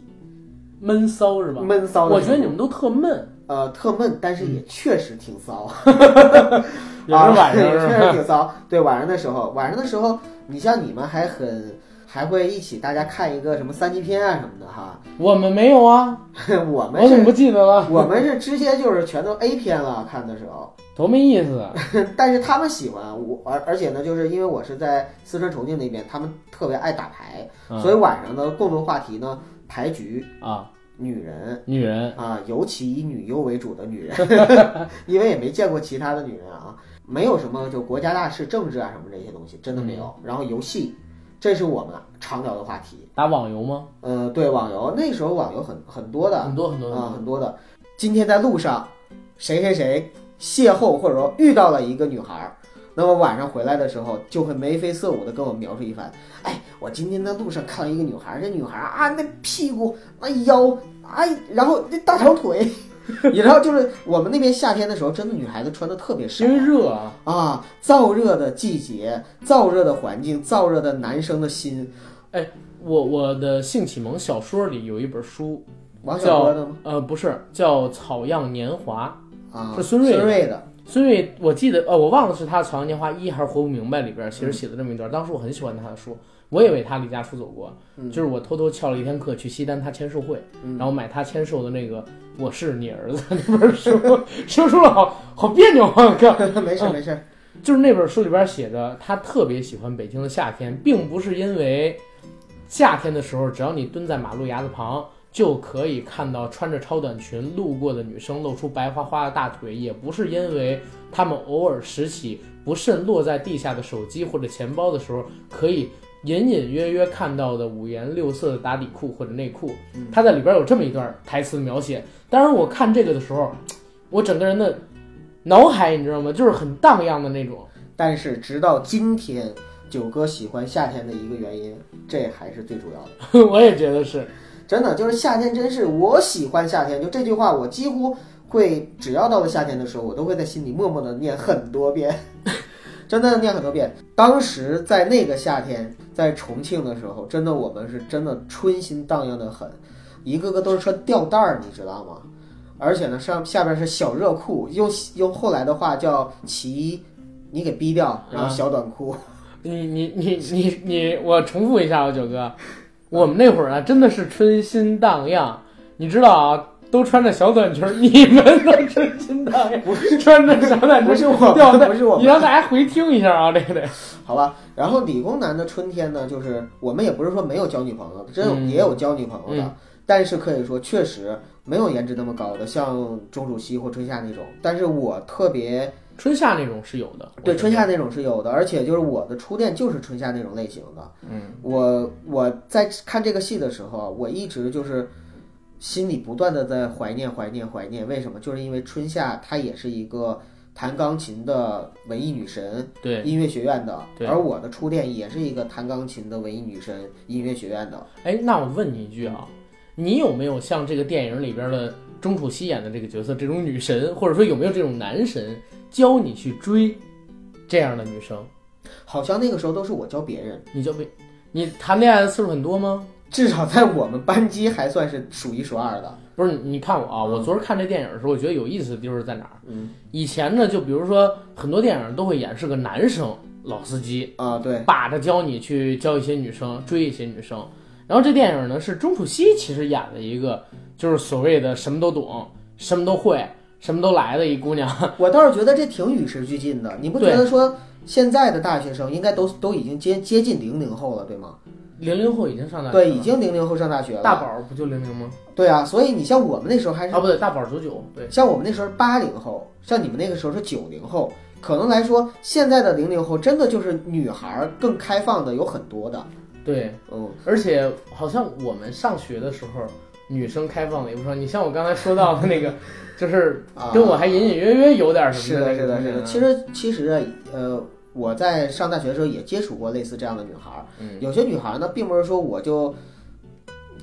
S1: 闷骚是吧？
S2: 闷骚的。
S1: 我觉得你们都特闷，
S2: 呃特闷，但是也确实挺骚。啊
S1: 有时候晚上
S2: 也
S1: 是
S2: 确
S1: 吧
S2: 实挺骚。对，晚上的时候，晚上的时候，你像你们还很还会一起大家看一个什么三级片啊什么的哈。
S1: 我们没有啊，
S2: 我们
S1: 我怎么
S2: 是，
S1: 不记得了？
S2: 我们是直接就是全都 A 片了，看的时候。
S1: 多没意 思啊！
S2: 但是他们喜欢我，而而且呢，就是因为我是在四川重庆那边，他们特别爱打牌，
S1: 嗯
S2: 所以晚上的共同话题呢，牌局、
S1: 啊，
S2: 女人。
S1: 女人
S2: 啊，尤其以女优为主的女人， 因为也没见过其他的女人啊，没有什么就国家大事、政治啊什么这些东西，真的没有。然后游戏，这是我们常聊的话题。
S1: 打网游吗？
S2: 呃，对，网游那时候网游很很多的
S1: 很多很多很
S2: 啊，
S1: 多。
S2: 很多的。今天在路上，谁谁谁邂逅或者说遇到了一个女孩儿，那么晚上回来的时候就会眉飞色舞的跟我描述一番。哎，我今天在路上看到一个女孩儿，这女孩儿啊，那屁股、那腰，哎，然后那大长 腿，然后就是我们那边夏天的时候，真的女孩子穿的特别少
S1: 因。为热啊，
S2: 啊，燥热的季节，燥热的环境，燥热的男生的心。
S1: 我我的性启蒙小说里有一本书，
S2: 王小波的吗？
S1: 呃，不是叫《草样年华》，
S2: 啊，
S1: 是孙瑞的
S2: 的。
S1: 所以我记得，呃，我忘了是他《草样年华一》还是《活不明白》里边，其实写的这么一段。当时我很喜欢他的书，我也为他离家出走过，
S2: 嗯
S1: 就是我偷偷翘了一天课去西单他签售会，
S2: 嗯
S1: 然后买他签售的那个《我是你儿子》那本书， 说出了好好别扭啊！哥，
S2: 没事没事，
S1: 就是那本书里边写的，他特别喜欢北京的夏天，并不是因为夏天的时候，只要你蹲在马路牙子旁，就可以看到穿着超短裙路过的女生露出白花花的大腿，也不是因为她们偶尔拾起不慎落在地下的手机或者钱包的时候，可以隐隐约约看到的五颜六色的打底裤或者内裤
S2: 嗯。
S1: 他在里边有这么一段台词描写，当然我看这个的时候，我整个人的脑海你知道吗，就是很荡漾的那种。
S2: 但是直到今天，九哥喜欢夏天的一个原因，这还是最主要 的。
S1: 我也觉得是，
S2: 真的就是夏天，真是我喜欢夏天。就这句话，我几乎会只要到了夏天的时候，我都会在心里默默的念很多遍， 真的念很多遍。当时在那个夏天，在重庆的时候，真的我们是真的春心荡漾的很，一个个都是穿吊带儿，你知道吗？而且呢，上下边是小热裤，用用后来的话叫齐，你给逼掉，然后小短裤。
S1: 你你你你你，我重复一下啊，九哥，我们那会儿啊，真的是春心荡漾，你知道啊，都穿着小短裙儿，你们 的春心荡漾，穿着小短裙
S2: 不
S1: 儿
S2: 是我们
S1: 吊带，
S2: 不是我们
S1: 你让大家回听一下啊，这个得，
S2: 好吧，然后理工男的春天呢，就是我们也不是说没有交女朋友，真有、
S1: 嗯
S2: 也有交女朋友的，
S1: 嗯
S2: 但是可以说确实没有颜值那么高的，像钟楚曦或春夏那种。但是我特别
S1: 春夏那种是有的，
S2: 对
S1: 我觉得
S2: 春夏那种是有的，而且就是我的初恋就是春夏那种类型的。
S1: 嗯，
S2: 我我在看这个戏的时候啊，我一直就是心里不断的在怀念怀念怀念，为什么？就是因为春夏她也是一个弹钢琴的文艺女神，
S1: 对，
S2: 音乐学院的，
S1: 对
S2: 而我的初恋也是一个弹钢琴的文艺女神，音乐学院的。
S1: 哎，那我问你一句啊，你有没有像这个电影里边的钟楚曦演的这个角色这种女神，或者说有没有这种男神教你去追这样的女生？
S2: 好像那个时候都是我教别人，
S1: 你就被你谈恋爱的次数很多吗？
S2: 至少在我们班级还算是数一数二的。
S1: 不是，你你看我啊，我昨儿看这电影的时候，我觉得有意思的地方是在哪儿？
S2: 嗯
S1: 以前呢，就比如说很多电影都会演是个男生老司机，
S2: 啊，对，
S1: 把着教你去教一些女生，追一些女生。然后这电影呢是钟楚曦其实演的一个，就是所谓的什么都懂、什么都会、什么都来的一姑娘。
S2: 我倒是觉得这挺与时俱进的。你不觉
S1: 对
S2: 得说现在的大学生应该都都已经接接近零零后了，对吗？
S1: 零零后已经上大学了
S2: 对，已经零零后上大学了。
S1: 大宝不就零零吗？
S2: 对啊，所以你像我们那时候还是
S1: 啊，不对，大宝九九，对，
S2: 像我们那时候八零后，像你们那个时候是九零后，可能来说现在的零零后真的就是女孩儿更开放的有很多的，
S1: 对。
S2: 嗯。
S1: 而且好像我们上学的时候，女生开放的也不少。你像我刚才说到的那个， 就是
S2: 啊，
S1: 跟我还隐隐约约有点什
S2: 是
S1: 么
S2: 的，
S1: 那个
S2: 是的，
S1: 姑
S2: 是
S1: 娘
S2: 的。
S1: 啊
S2: 其实其实啊呃，我在上大学的时候也接触过类似这样的女孩儿。
S1: 嗯
S2: 有些女孩儿呢，并不是说我就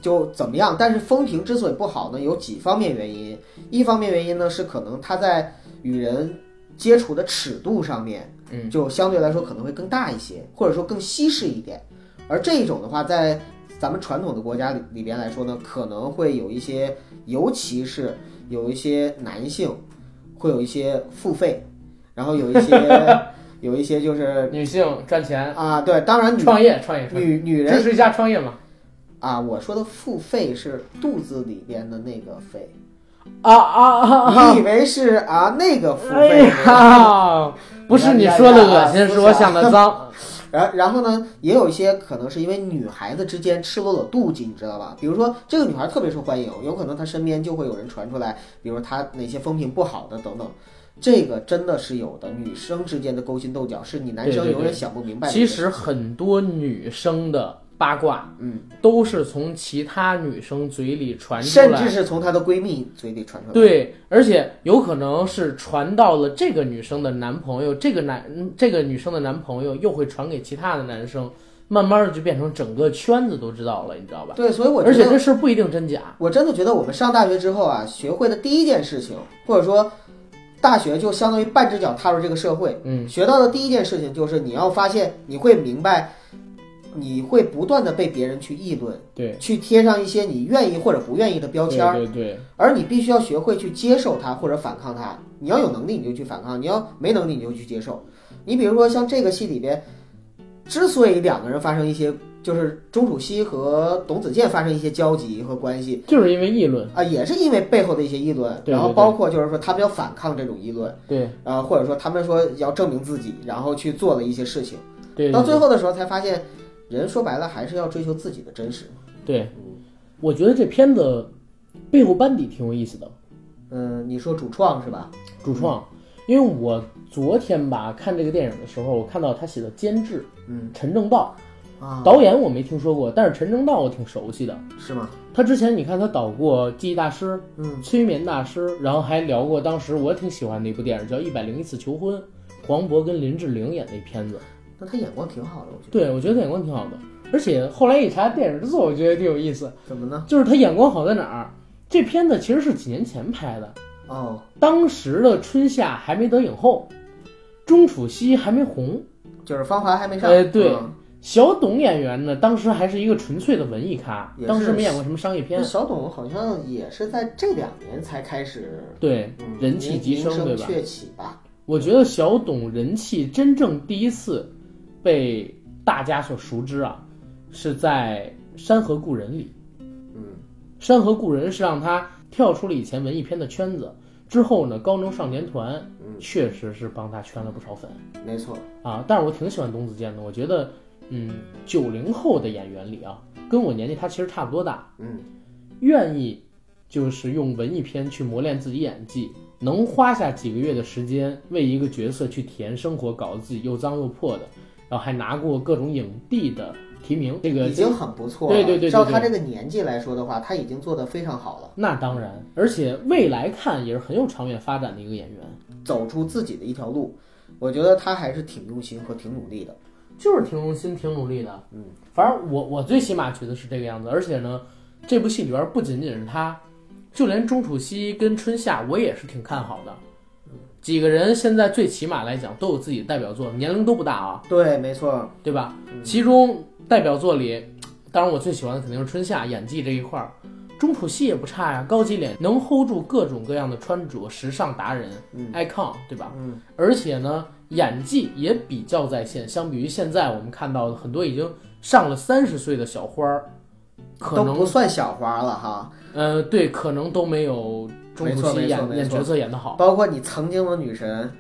S2: 就怎么样，但是风评之所以不好呢，有几方面原因。一方面原因呢是可能她在与人接触的尺度上面，
S1: 嗯，
S2: 就相对来说可能会更大一些，或者说更稀释一点。而这种的话，在咱们传统的国家里里边来说呢，可能会有一些，尤其是有一些男性，会有一些付费，然后有一些有一些就是
S1: 女性赚钱、
S2: 啊，对，当然女
S1: 创业、创业、创业，
S2: 女女
S1: 支
S2: 人
S1: 持一下创业嘛。
S2: 啊，我说的付费是肚子里边的那个肺，
S1: 啊啊啊啊！
S2: 你以为是啊那个付
S1: 哎
S2: 费？
S1: 呀，不是你说的恶心，是我想的脏。
S2: 然然后呢，也有一些可能是因为女孩子之间赤裸裸妒忌，你知道吧？比如说这个女孩特别受欢迎，有可能她身边就会有人传出来，比如她哪些风评不好的等等。这个真的是有的，女生之间的勾心斗角是你男
S1: 对
S2: 生
S1: 对
S2: 永
S1: 对
S2: 远想不明白的一
S1: 其
S2: 个
S1: 实很多女生的八卦，
S2: 嗯，
S1: 都是从其他女生嘴里传出
S2: 甚至
S1: 来。
S2: 是从她的闺蜜嘴里传出来。
S1: 对，而且有可能是传到了这个女生的男朋友，这个男这个女生的男朋友又会传给其他的男生，慢慢的就变成整个圈子都知道了，你知道吧？
S2: 对，所以我
S1: 而
S2: 觉
S1: 且
S2: 得，
S1: 这事儿不一定真假。
S2: 我真的觉得我们上大学之后啊，学会的第一件事情，或者说大学就相当于半只脚踏入这个社会，
S1: 嗯，
S2: 学到的第一件事情就是你要发现，你会明白，你会不断的被别人去议论，
S1: 对，
S2: 去贴上一些你愿意或者不愿意的标签儿，
S1: 对对
S2: 而你必须要学会去接受它或者反抗它。你要有能力你就去反抗，你要没能力你就去接受。你比如说像这个戏里边，之所以两个人发生一些，就是钟楚曦和董子健发生一些交集和关系。
S1: 对，就是因为议论，
S2: 啊，也是因为背后的一些议论，
S1: 对
S2: 然后
S1: 对对
S2: 包括就是说他们要反抗这种议论，
S1: 对
S2: 啊，或者说他们说要证明自己，然后去做了一些事情，
S1: 对，对
S2: 到最后的时候才发现，人说白了还是要追求自己的真实。
S1: 对，我觉得这片子背后班底挺有意思的，
S2: 嗯，你说主创是吧？
S1: 主创，因为我昨天吧看这个电影的时候，我看到他写的监制
S2: 嗯
S1: 陈正道，
S2: 啊，
S1: 导演我没听说过，但是陈正道我挺熟悉的，
S2: 是吗？
S1: 他之前你看他导过《记忆大师》、
S2: 嗯
S1: 《催眠大师》，然后还聊过当时我挺喜欢的一部电影叫《一百零一次求婚》，黄渤跟林志玲演的一片子，
S2: 那他眼光挺好的，我觉得。
S1: 对我觉得他眼光挺好的，而且后来一查电影制作，我觉得挺有意思。
S2: 怎么呢？
S1: 就是他眼光好在哪儿？这片子其实是几年前拍的，
S2: 哦，
S1: 当时的春夏还没得影后，钟楚曦还没红，
S2: 就是芳华还没上。
S1: 哎对
S2: 嗯
S1: 小董演员呢，当时还是一个纯粹的文艺咖
S2: 也，是
S1: 当时没演过什么商业
S2: 那
S1: 片。
S2: 小董好像也是在这两年才开始，
S1: 对，
S2: 嗯
S1: 人气
S2: 名
S1: 急
S2: 名
S1: 升对吧
S2: 鹊起吧？
S1: 我觉得小董人气真正第一次被大家所熟知啊，是在《山河故人》里。
S2: 嗯，
S1: 《山河故人》是让他跳出了以前文艺片的圈子。之后呢，高能少年团
S2: 嗯
S1: 确实是帮他圈了不少粉
S2: 没错，
S1: 啊。但是我挺喜欢董子健的，我觉得，嗯，九零后的演员里啊，跟我年纪他其实差不多大，
S2: 嗯，
S1: 愿意就是用文艺片去磨练自己演技，能花下几个月的时间为一个角色去体验生活，搞得自己又脏又破的，然后还拿过各种影帝的提名，这个
S2: 已经很不错了。
S1: 对对对对
S2: 照他这个年纪来说的话，他已经做得非常好了，
S1: 那当然，而且未来看也是很有长远发展的一个演员。
S2: 走出自己的一条路，我觉得他还是挺用心和挺努力的。
S1: 就是挺用心、挺努力的。
S2: 嗯，
S1: 反正我我最起码觉得是这个样子。而且呢，这部戏里边不仅仅是他，就连钟楚曦跟春夏，我也是挺看好的。几个人现在最起码来讲都有自己的代表作，年龄都不大啊，
S2: 对，没错，
S1: 对吧？
S2: 嗯
S1: 其中代表作里，当然我最喜欢的肯定是春夏演技这一块儿，钟楚曦也不差呀，高级脸能 hold 住各种各样的穿着，时尚达人、
S2: 嗯
S1: icon，对吧？
S2: 嗯，
S1: 而且呢，演技也比较在线。相比于现在我们看到的很多已经上了三十岁的小花儿，可
S2: 都不
S1: 能
S2: 算小花了哈。
S1: 呃对，可能都没有钟
S2: 没
S1: 楚
S2: 错
S1: 曦
S2: 没错
S1: 演
S2: 没
S1: 演
S2: 错
S1: 角色演得好。
S2: 包括你曾经的女神，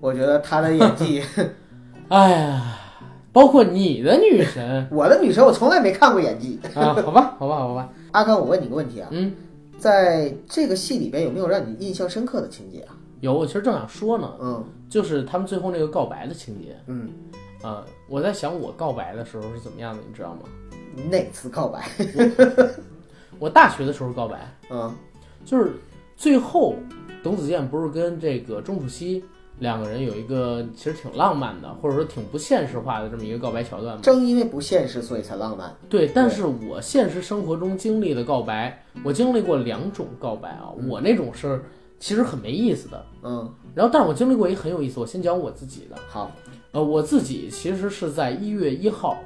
S2: 我觉得她的演 技，
S1: 哎呀，包括你的女 神
S2: 我的女神我从来没看过演技。
S1: 啊，好吧，好吧，好吧，
S2: 阿康，我问你个问题啊，
S1: 嗯，
S2: 在这个戏里边有没有让你印象深刻的情节啊？
S1: 有，我其实正想说呢，
S2: 嗯
S1: 就是他们最后那个告白的情节。
S2: 嗯，
S1: 啊、我在想我告白的时候是怎么样的，你知道吗？
S2: 嗯哪次告白？
S1: 我大学的时候告白，
S2: 嗯
S1: 就是最后，董子健不是跟这个钟楚曦两个人有一个其实挺浪漫的，或者说挺不现实化的这么一个告白桥段吗？
S2: 正因为不现实，所以才浪漫。
S1: 对，但是我现实生活中经历的告白，我经历过两种告白啊，我那种是其实很没意思的，
S2: 嗯，
S1: 然后但是我经历过一个很有意思，我先讲我自己的，
S2: 好，
S1: 呃，我自己其实是在一月一号，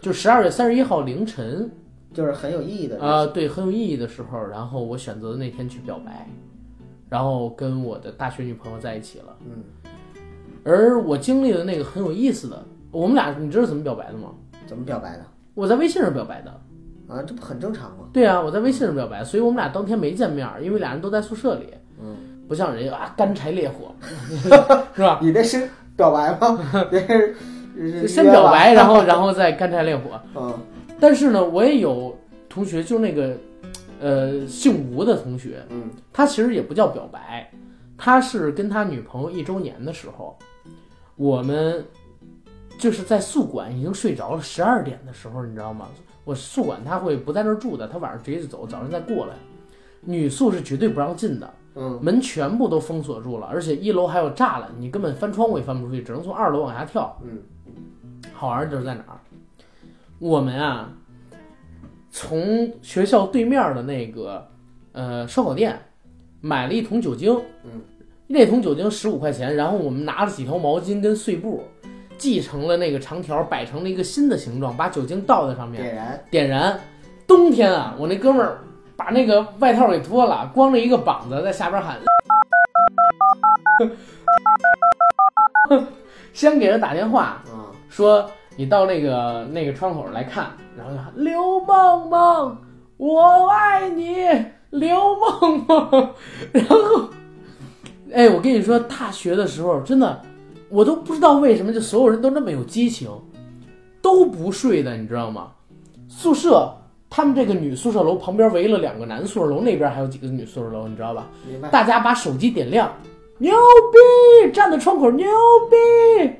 S1: 就十二月三十一号凌晨，
S2: 就是很有意义的。
S1: 啊、对，很有意义的时候，然后我选择的那天去表白，然后跟我的大学女朋友在一起了。
S2: 嗯，
S1: 而我经历的那个很有意思的，我们俩，你知道怎么表白的吗？
S2: 怎么表白的？
S1: 我在微信上表白的。
S2: 啊，这不很正常吗？
S1: 对啊，我在微信上表白，所以我们俩当天没见面，因为俩人都在宿舍里，
S2: 嗯，
S1: 不像人家啊干柴烈 火，是吧？
S2: 你这是表白吗？这是
S1: 就
S2: 这
S1: 先表白，然后然后再干柴烈火。
S2: 嗯
S1: 但是呢，我也有同学，就那个呃姓吴的同学，
S2: 嗯，
S1: 他其实也不叫表白，他是跟他女朋友一周年的时候，我们就是在宿管已经睡着了，十二点的时候，你知道吗？我宿管他会不在那儿住的，他晚上直接就走，早上再过来。女宿是绝对不让进的，
S2: 嗯，
S1: 门全部都封锁住了，而且一楼还有栅栏，你根本翻窗户也翻不出去，只能从二楼往下跳。
S2: 嗯，
S1: 好玩儿的地儿在哪儿？我们啊，从学校对面的那个呃烧烤店买了一桶酒精，
S2: 嗯，
S1: 那桶酒精十五块钱，然后我们拿了几条毛巾跟碎布，系成了那个长条，摆成了一个新的形状，把酒精倒在上面，
S2: 点燃。
S1: 点燃。冬天啊，我那哥们儿把那个外套给脱了，光着一个膀子在下边喊， 先给人打电话
S2: 嗯
S1: 说你到那个那个窗口来看，然后就喊刘梦梦，我爱你，刘梦梦。 然后，哎，我跟你说，大学的时候真的，我都不知道为什么，就所有人都那么有激情，都不睡的，你知道吗？宿舍，他们这个女宿舍楼旁边围了两个男宿舍楼，那边还有几个女宿舍楼，你知道吧？
S2: 明白。
S1: 大家把手机点亮，牛逼！站在窗口，牛逼！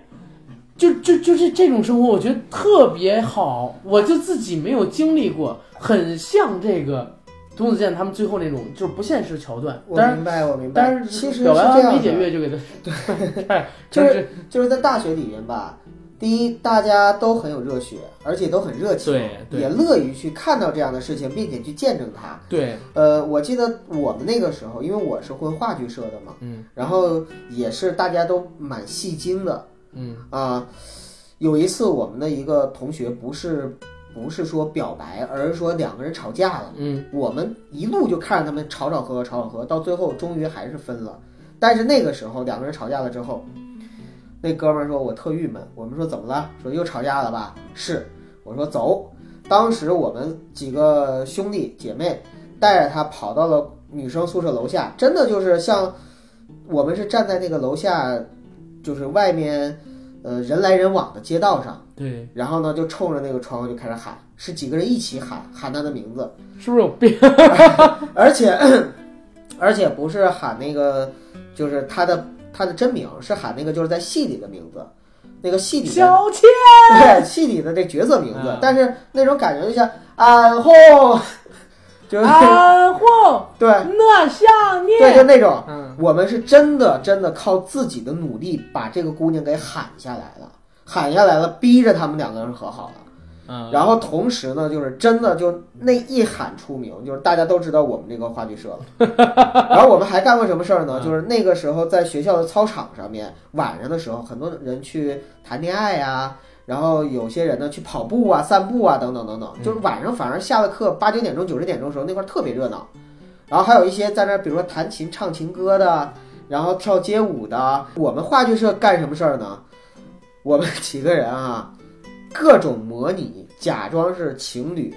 S1: 就就就是这种生活，我觉得特别好，我就自己没有经历过，很像这个董子健他们最后那种就是不现实桥段。
S2: 我
S1: 当然，
S2: 明白，我明白。
S1: 但
S2: 其实是
S1: 表
S2: 这
S1: 白完
S2: 样
S1: 没解
S2: 的，
S1: 哎约就给他，对，
S2: 就
S1: 就是是
S2: 就是在大学里面吧，第一，大家都很有热血，而且都很热情，
S1: 对对
S2: 也乐于去看到这样的事情，并且去见证它。
S1: 对，
S2: 呃，我记得我们那个时候，因为我是混话剧社的嘛，
S1: 嗯
S2: 然后也是大家都蛮戏精的
S1: 嗯
S2: 啊。有一次，我们的一个同学不是不是说表白，而是说两个人吵架了。
S1: 嗯，
S2: 我们一路就看着他们吵吵和和吵吵和，到最后终于还是分了。但是那个时候两个人吵架了之后，那哥们儿说：“我特郁闷。”我们说：“怎么了？”说：“又吵架了吧？”是，我说：“走。”当时我们几个兄弟姐妹带着他跑到了女生宿舍楼下，真的就是像我们是站在那个楼下，就是外面呃人来人往的街道上，
S1: 对，
S2: 然后呢就冲着那个窗户就开始喊，是几个人一起喊喊他的名字。
S1: 是不是有病？
S2: 而且 而且不是喊那个，就是他的他的真名，是喊那个就是在戏里的名字，那个戏里的
S1: 小倩，
S2: 对戏里的这角色名字，
S1: 嗯
S2: 但是那种感觉就像
S1: 啊
S2: 俺后，就是、
S1: 安后，
S2: 对
S1: 我想
S2: 对，
S1: 你。
S2: 就那种。
S1: 嗯，
S2: 我们是真的真的靠自己的努力把这个姑娘给喊下来了，喊下来了，逼着他们两个人和好了。
S1: 嗯
S2: 然后同时呢，就是真的就那一喊出名，就是大家都知道我们这个话剧社了。然后我们还干过什么事儿呢？就是那个时候在学校的操场上面，晚上的时候，很多人去谈恋爱啊，然后有些人呢去跑步啊、散步啊等等等等，就是晚上反而下了课八九点钟、九十点钟的时候那块儿特别热闹。然后还有一些在那儿，比如说弹琴、唱情歌的，啊然后跳街舞的。啊我们话剧社干什么事儿呢？我们几个人啊， 各种模拟，假装是情侣，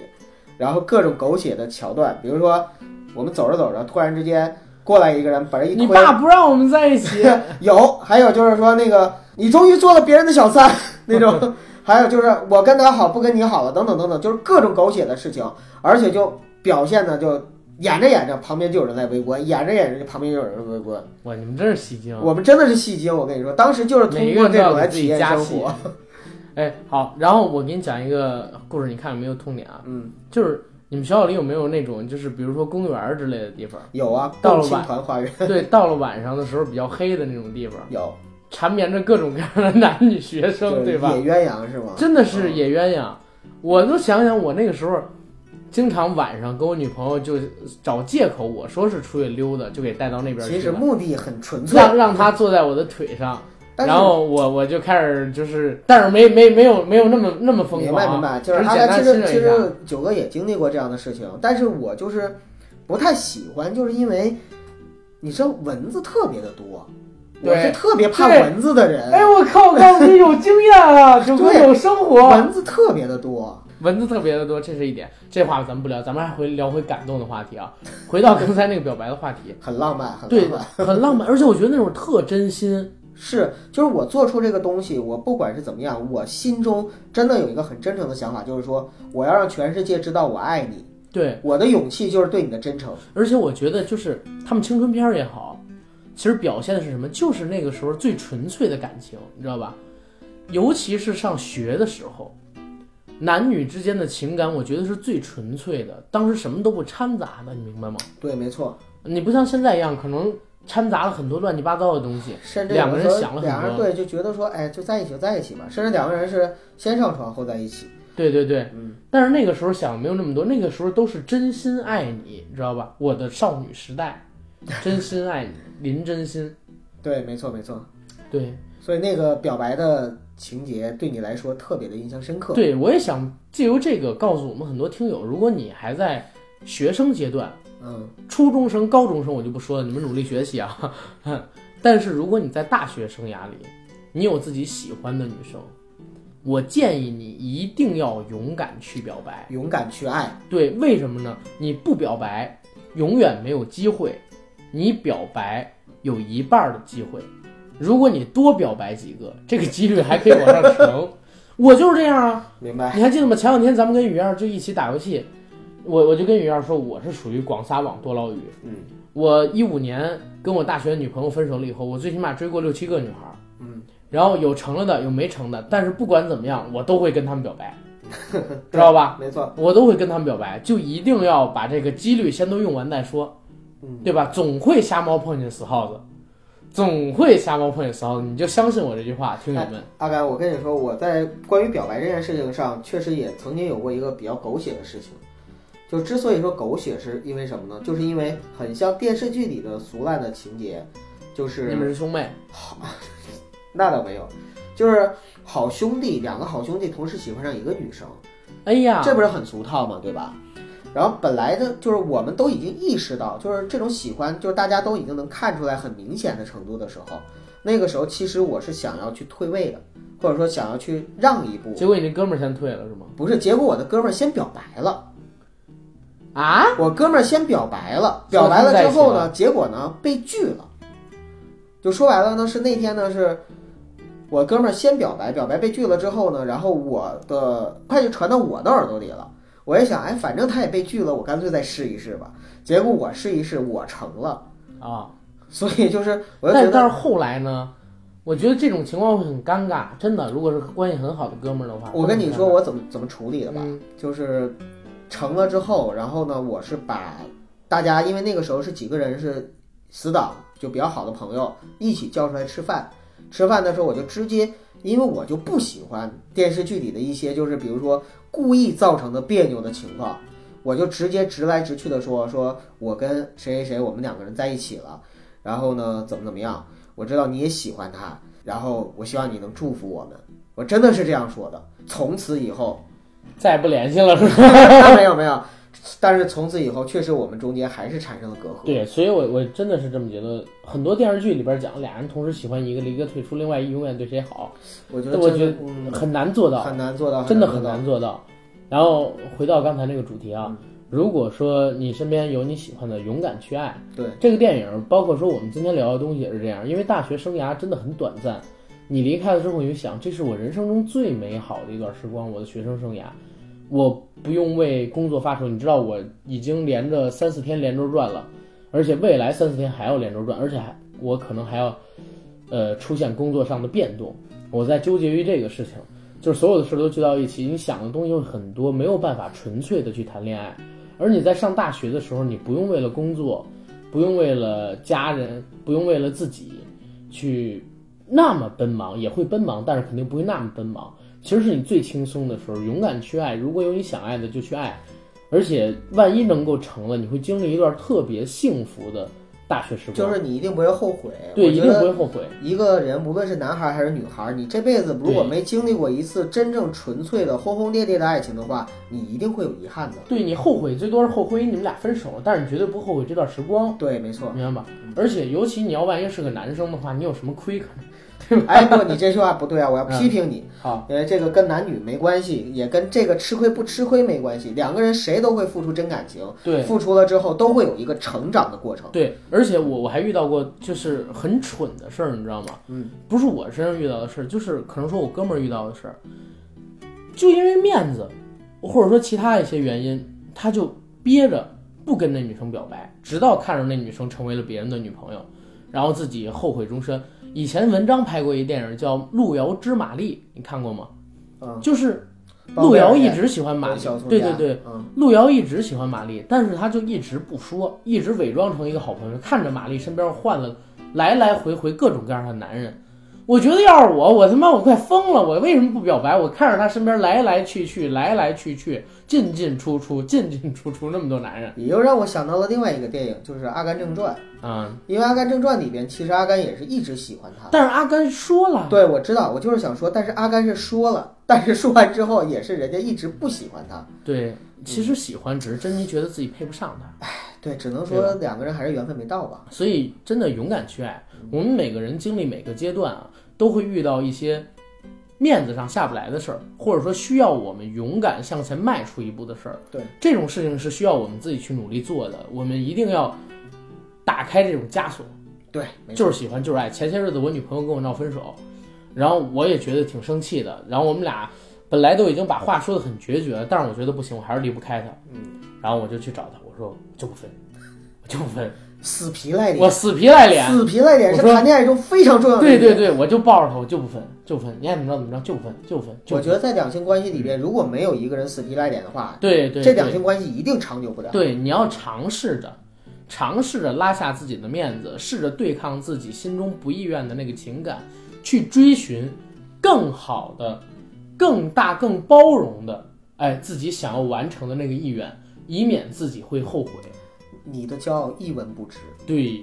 S2: 然后各种狗血的桥段，比如说我们走着走着，突然之间过来一个人，把人一
S1: 你
S2: 推，
S1: 爸不让我们在一 起，
S2: 有，还有就是说那个你终于做了别人的小三 那种，还有就是我跟他好不跟你好了等等等等，就是各种狗血的事情，而且就表现的就演着演着旁边就有人在围观，演着演着旁边就有人在围观。
S1: 哇，你们真是戏精。啊
S2: 我们真的是戏精，我跟你说，当时就是通
S1: 嗯每个
S2: 过
S1: 人都
S2: 这
S1: 要
S2: 种
S1: 给
S2: 来
S1: 自
S2: 体
S1: 己
S2: 验
S1: 加
S2: 生
S1: 戏
S2: 活。。
S1: 哎，好，然后我给你讲一个故事，你看有没有痛点啊？
S2: 嗯，
S1: 就是你们学校里有没有那种，就是比如说公园儿之类的地方？
S2: 有啊，
S1: 到了
S2: 共青
S1: 晚
S2: 团花园
S1: 对，到了晚上的时候比较黑的那种地方，
S2: 有，
S1: 缠绵着各种各样的男女学
S2: 就
S1: 生，
S2: 是
S1: 对吧？
S2: 野嗯鸳鸯是吗？
S1: 真的是野鸳鸯。我都想想，我那个时候经常晚上跟我女朋友就找借口，我说是出去溜达，就给带到那边
S2: 其
S1: 去
S2: 实
S1: 了，
S2: 目的很纯粹，
S1: 让让她坐在我的腿上。
S2: 但是
S1: 然后我我就开始就是，但是没没没有没有那么那么疯
S2: 明
S1: 狂、
S2: 白
S1: 啊，
S2: 明白，就是
S1: 只
S2: 大
S1: 是
S2: 家
S1: 简
S2: 其
S1: 单
S2: 实
S1: 亲
S2: 其
S1: 热一下。
S2: 实九哥也经历过这样的事情，但是我就是不太喜欢，就是因为你知道蚊子特别的多，我
S1: 对
S2: 是特别怕
S1: 对
S2: 蚊子的
S1: 哎，
S2: 人，
S1: 我靠！我告诉你，有经验啊，九哥
S2: 对
S1: 有生活，
S2: 蚊子特别的多。
S1: 蚊子特别的多，这是一点。这话咱们不聊，咱们还回聊回感动的话题啊。回到刚才那个表白的话题，
S2: 很浪漫，很
S1: 对
S2: 浪漫，，
S1: 很浪漫，而且我觉得那种特真心。
S2: 是，就是我做出这个东西，我不管是怎么样，我心中真的有一个很真诚的想法，就是说我要让全世界知道我爱你。
S1: 对，
S2: 我的勇气就是对你的真诚。
S1: 而且我觉得就是他们青春片儿也好，其实表现的是什么？就是那个时候最纯粹的感情，你知道吧？尤其是上学的时候，男女之间的情感，我觉得是最纯粹的，当时什么都不掺杂的，你明白吗？
S2: 对，没错，
S1: 你不像现在一样，可能掺杂了很多乱七八糟的东西。
S2: 甚至
S1: 两个人
S2: 有的时
S1: 想
S2: 候
S1: 了很
S2: 两个人
S1: 多
S2: 对就觉得说，哎，就在一起就在一起嘛。甚至两个人是先上床后在一起。
S1: 对对对，
S2: 嗯，
S1: 但是那个时候想没有那么多，那个时候都是真心爱你，你知道吧？我的少女时代，真心爱你，林真心，
S2: 对，没错，没错。
S1: 对。
S2: 所以那个表白的情节对你来说特别的印象深刻。
S1: 对，我也想借由这个告诉我们很多听友，如果你还在学生阶段，
S2: 嗯，
S1: 初中生、高中生我就不说了，你们努力学习啊。 但是如果你在大学生涯里，你有自己喜欢的女生，我建议你一定要勇敢去表白。
S2: 勇敢去爱，
S1: 对，为什么呢？你不表白，永远没有机会；你表白，有一半儿的机会。如果你多表白几个，这个几率还可以往上乘。我就是这样啊，
S2: 明白？
S1: 你还记得吗？前两天咱们跟雨燕儿就一起打游戏，我我就跟雨燕儿说，我是属于广撒网多捞鱼。
S2: 嗯
S1: 我一五年跟我大学女朋友分手了以后，我最起码追过六七个女孩儿，
S2: 嗯，
S1: 然后有成了的，有没成的，但是不管怎么样，我都会跟她们表 白，知道吧？
S2: 啊没错。
S1: 我都会跟她们表白，就一定要把这个几率先都用完再说，
S2: 嗯，
S1: 对吧？总会瞎猫碰见死耗子，总会瞎猫碰见骚，你就相信我这句话，听友们。
S2: 阿甘，我跟你说，我在关于表白这件事情上，确实也曾经有过一个比较狗血的事情。就之所以说狗血，是因为什么呢？就是因为很像电视剧里的俗烂的情节，就
S1: 你
S2: 是
S1: 们是兄妹，
S2: 那倒没有，就是好兄弟两个好兄弟同时喜欢上一个女生，
S1: 哎呀，
S2: 这不是很俗套吗？对吧？然后本来的就是我们都已经意识到，就是这种喜欢，就是大家都已经能看出来很明显的程度的时候，那个时候其实我是想要去退位的，或者说想要去让一步，
S1: 结果你那哥们儿先退了是吗？
S2: 不是，结果我的哥们儿先表白了。
S1: 啊，
S2: 我哥们儿先表白了，
S1: 所以
S2: 表白了之后
S1: 他们在
S2: 呢，结果呢被拒了。就说白了呢，是那天呢是我哥们儿先表白，表白被拒了之后呢，然后我的快就传到我的耳朵里了。我也想，哎，反正他也被拒了，我干脆再试一试吧。结果我试一试，我成了，
S1: 啊，
S2: 所以就是我就觉
S1: 但
S2: 得
S1: 但是后来呢？我觉得这种情况会很尴尬，真的。如果是关系很好的哥们儿的话，
S2: 我跟你说
S1: 会
S2: 我怎么怎么处理的
S1: 很尴
S2: 吧
S1: 尬，。嗯
S2: 就是成了之后，然后呢，我是把大家，因为那个时候是几个人是死党，就比较好的朋友一起叫出来吃饭。吃饭的时候，我就直接，因为我就不喜欢电视剧里的一些，就是比如说故意造成的别扭的情况，我就直接直来直去的说，说我跟谁谁谁，我们两个人在一起了，然后呢，怎么怎么样，我知道你也喜欢他，然后我希望你能祝福我们，我真的是这样说的。从此以后，
S1: 嗯，再也不联系了是吧？
S2: 啊没有没有，但是从此以后，确实我们中间还是产生了隔阂。
S1: 对，所以我我真的是这么觉得。很多电视剧里边讲俩人同时喜欢一个，一个退出，另外一永远对谁好，
S2: 我觉
S1: 这
S2: 得
S1: 我
S2: 真
S1: 觉
S2: 的
S1: 得很难做到。
S2: 嗯很难做到，嗯
S1: 真的
S2: 很
S1: 很
S2: 难
S1: 难做到。然后回到刚才那个主题啊，如果说你身边有你喜欢的，勇敢去爱。
S2: 做到。
S1: 这个电影，包括说我们今天聊的东西也是这样，因为大学生涯真的很短暂。你离开了之后，你就想，这是我人生中最美好的一段时光，我的学生生涯，我不用为工作发愁。你知道，我已经连着三四天连轴转了，而且未来三四天还要连轴转，而且还我可能还要，呃，出现工作上的变动。我在纠结于这个事情，就是所有的事都聚到一起，你想的东西有很多，没有办法纯粹的去谈恋爱。而你在上大学的时候，你不用为了工作，不用为了家人，不用为了自己去那么奔忙，也会奔忙，但是肯定不会那么奔忙。其实是你最轻松的时候，勇敢去爱。如果有你想爱的，就去爱。而且万一能够成了，你会经历一段特别幸福的大学时
S2: 对，
S1: 光，
S2: 就是你一定不会后悔。
S1: 对，
S2: 我
S1: 一
S2: 觉
S1: 定不
S2: 得
S1: 会后悔。
S2: 一个人无论是男孩还是女孩，你这辈子如果
S1: 对
S2: 没经历过一次真正纯粹的轰轰烈烈的爱情的话，你一定会有 遗憾的。
S1: 对你后悔最多是后悔你们俩分手，但是你绝对不后悔这段时光，
S2: 对，没错。
S1: 明白吧？而且尤其你要万一是个男生的话，你有什么亏可能？
S2: 哎，不，你这句话不对啊！我要批评你，
S1: 好，
S2: 因为这个跟男女没关系，也跟这个吃亏不吃亏没关系。两个人谁都会付出真感情，
S1: 对
S2: 付出了之后都会有一个成长的过程。
S1: 对，而且我我还遇到过就是很蠢的事儿，你知道吗？
S2: 嗯，
S1: 不是我身上遇到的事儿，就是可能说我哥们儿遇到的事儿，就因为面子，或者说其他一些原因，他就憋着不跟那女生表白，直到看着那女生成为了别人的女朋友，然后自己后悔终身。以前文章拍过一电影叫《路遥知马力》，你看过吗？
S2: 嗯，
S1: 就是
S2: 包
S1: 路
S2: 贝尔
S1: 遥一
S2: 演
S1: 直喜欢马力
S2: 小，葱
S1: 对
S2: 家
S1: 对对，，
S2: 嗯，
S1: 路遥一直喜欢玛丽，但是他就一直不说，一直伪装成一个好朋友，看着玛丽身边换了来来回回各种各样的男人。我觉得要是我，我他妈我快疯了！我为什么不表白？我看着他身边来来去去，来来去去，进进出出，进进出出，那么多男人，
S2: 也又让我想到了另外一个电影，就是《阿甘正传》，
S1: 嗯。
S2: 因为《阿甘正传》里边其实阿甘也是一直喜欢他。
S1: 但是阿甘说了，
S2: 对，我知道，我就是想说，但是阿甘是说了，但是说完之后也是人家一直不喜欢他。
S1: 对，其实喜欢只是珍妮觉得自己配不上他，
S2: 对，只能
S1: 对
S2: 说两个人还是缘分没到吧。
S1: 所以真的勇敢去爱。我们每个人经历每个阶段啊，都会遇到一些面子上下不来的事儿，或者说需要我们勇敢向前迈出一步的事儿。
S2: 对，
S1: 这种事情是需要我们自己去努力做的。我们一定要打开这种枷锁，
S2: 对，没错。
S1: 就是喜欢就是爱。前些日子我女朋友跟我闹分手，然后我也觉得挺生气的，然后我们俩本来都已经把话说的很决绝了，但是我觉得不行，我还是离不开她。
S2: 嗯，
S1: 然后我就去找她，我说我就不分， 我就不分，
S2: 死皮赖
S1: 我
S2: 脸，
S1: 死皮赖脸。
S2: 死皮赖脸是
S1: 我说
S2: 谈恋爱中非常重要的一
S1: 对
S2: 点。
S1: 对对，我就抱着他，我就不分，就不分，你爱怎么着怎么着，就不分，就不分。就
S2: 我
S1: 不
S2: 觉
S1: 分
S2: 得在两性关系里边，如果没有一个人死皮赖脸的话，
S1: 对对，
S2: 这两
S1: 对
S2: 性关系一定长久不了。
S1: 对，你要尝试着尝试着拉下自己的面子，试着对抗自己心中不意愿的那个情感，去追寻更好的、更大、更包容的，哎，自己想要完成的那个意愿，以免自己会后悔。
S2: 你的骄傲一文不值。
S1: 对，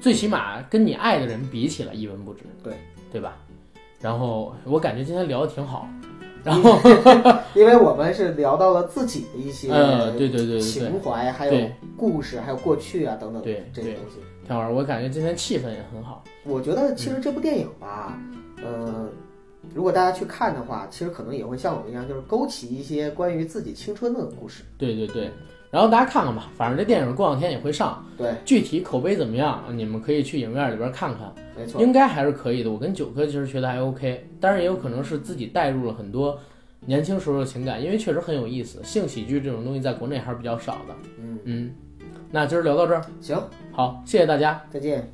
S1: 最起码跟你爱的人比起来一文不值，
S2: 对
S1: 对吧？然后我感觉今天聊的挺好，然后
S2: 因为我们是聊到了自己的一些
S1: 呃，对对对对对，
S2: 情怀，还有
S1: 对
S2: 故事，还有过去啊等等
S1: 对
S2: 这些
S1: 对
S2: 东西。
S1: 挺好玩。我感觉今天气氛也很好，
S2: 我觉得其实这部电影吧，呃，如果大家去看的话，其实可能也会像我们一样，就是勾起一些关于自己青春的故事。
S1: 对对对。然后大家看看吧，反正这电影过两天也会上，
S2: 对，
S1: 具体口碑怎么样，你们可以去影院里边看看，
S2: 没错，
S1: 应该还是可以的。我跟九哥其实觉得还 OK，当然也有可能是自己带入了很多年轻时候的情感，因为确实很有意思。性喜剧这种东西在国内还是比较少的。
S2: 嗯，
S1: 嗯，那今儿聊到这儿，
S2: 行，
S1: 好，谢谢大家。
S2: 再见。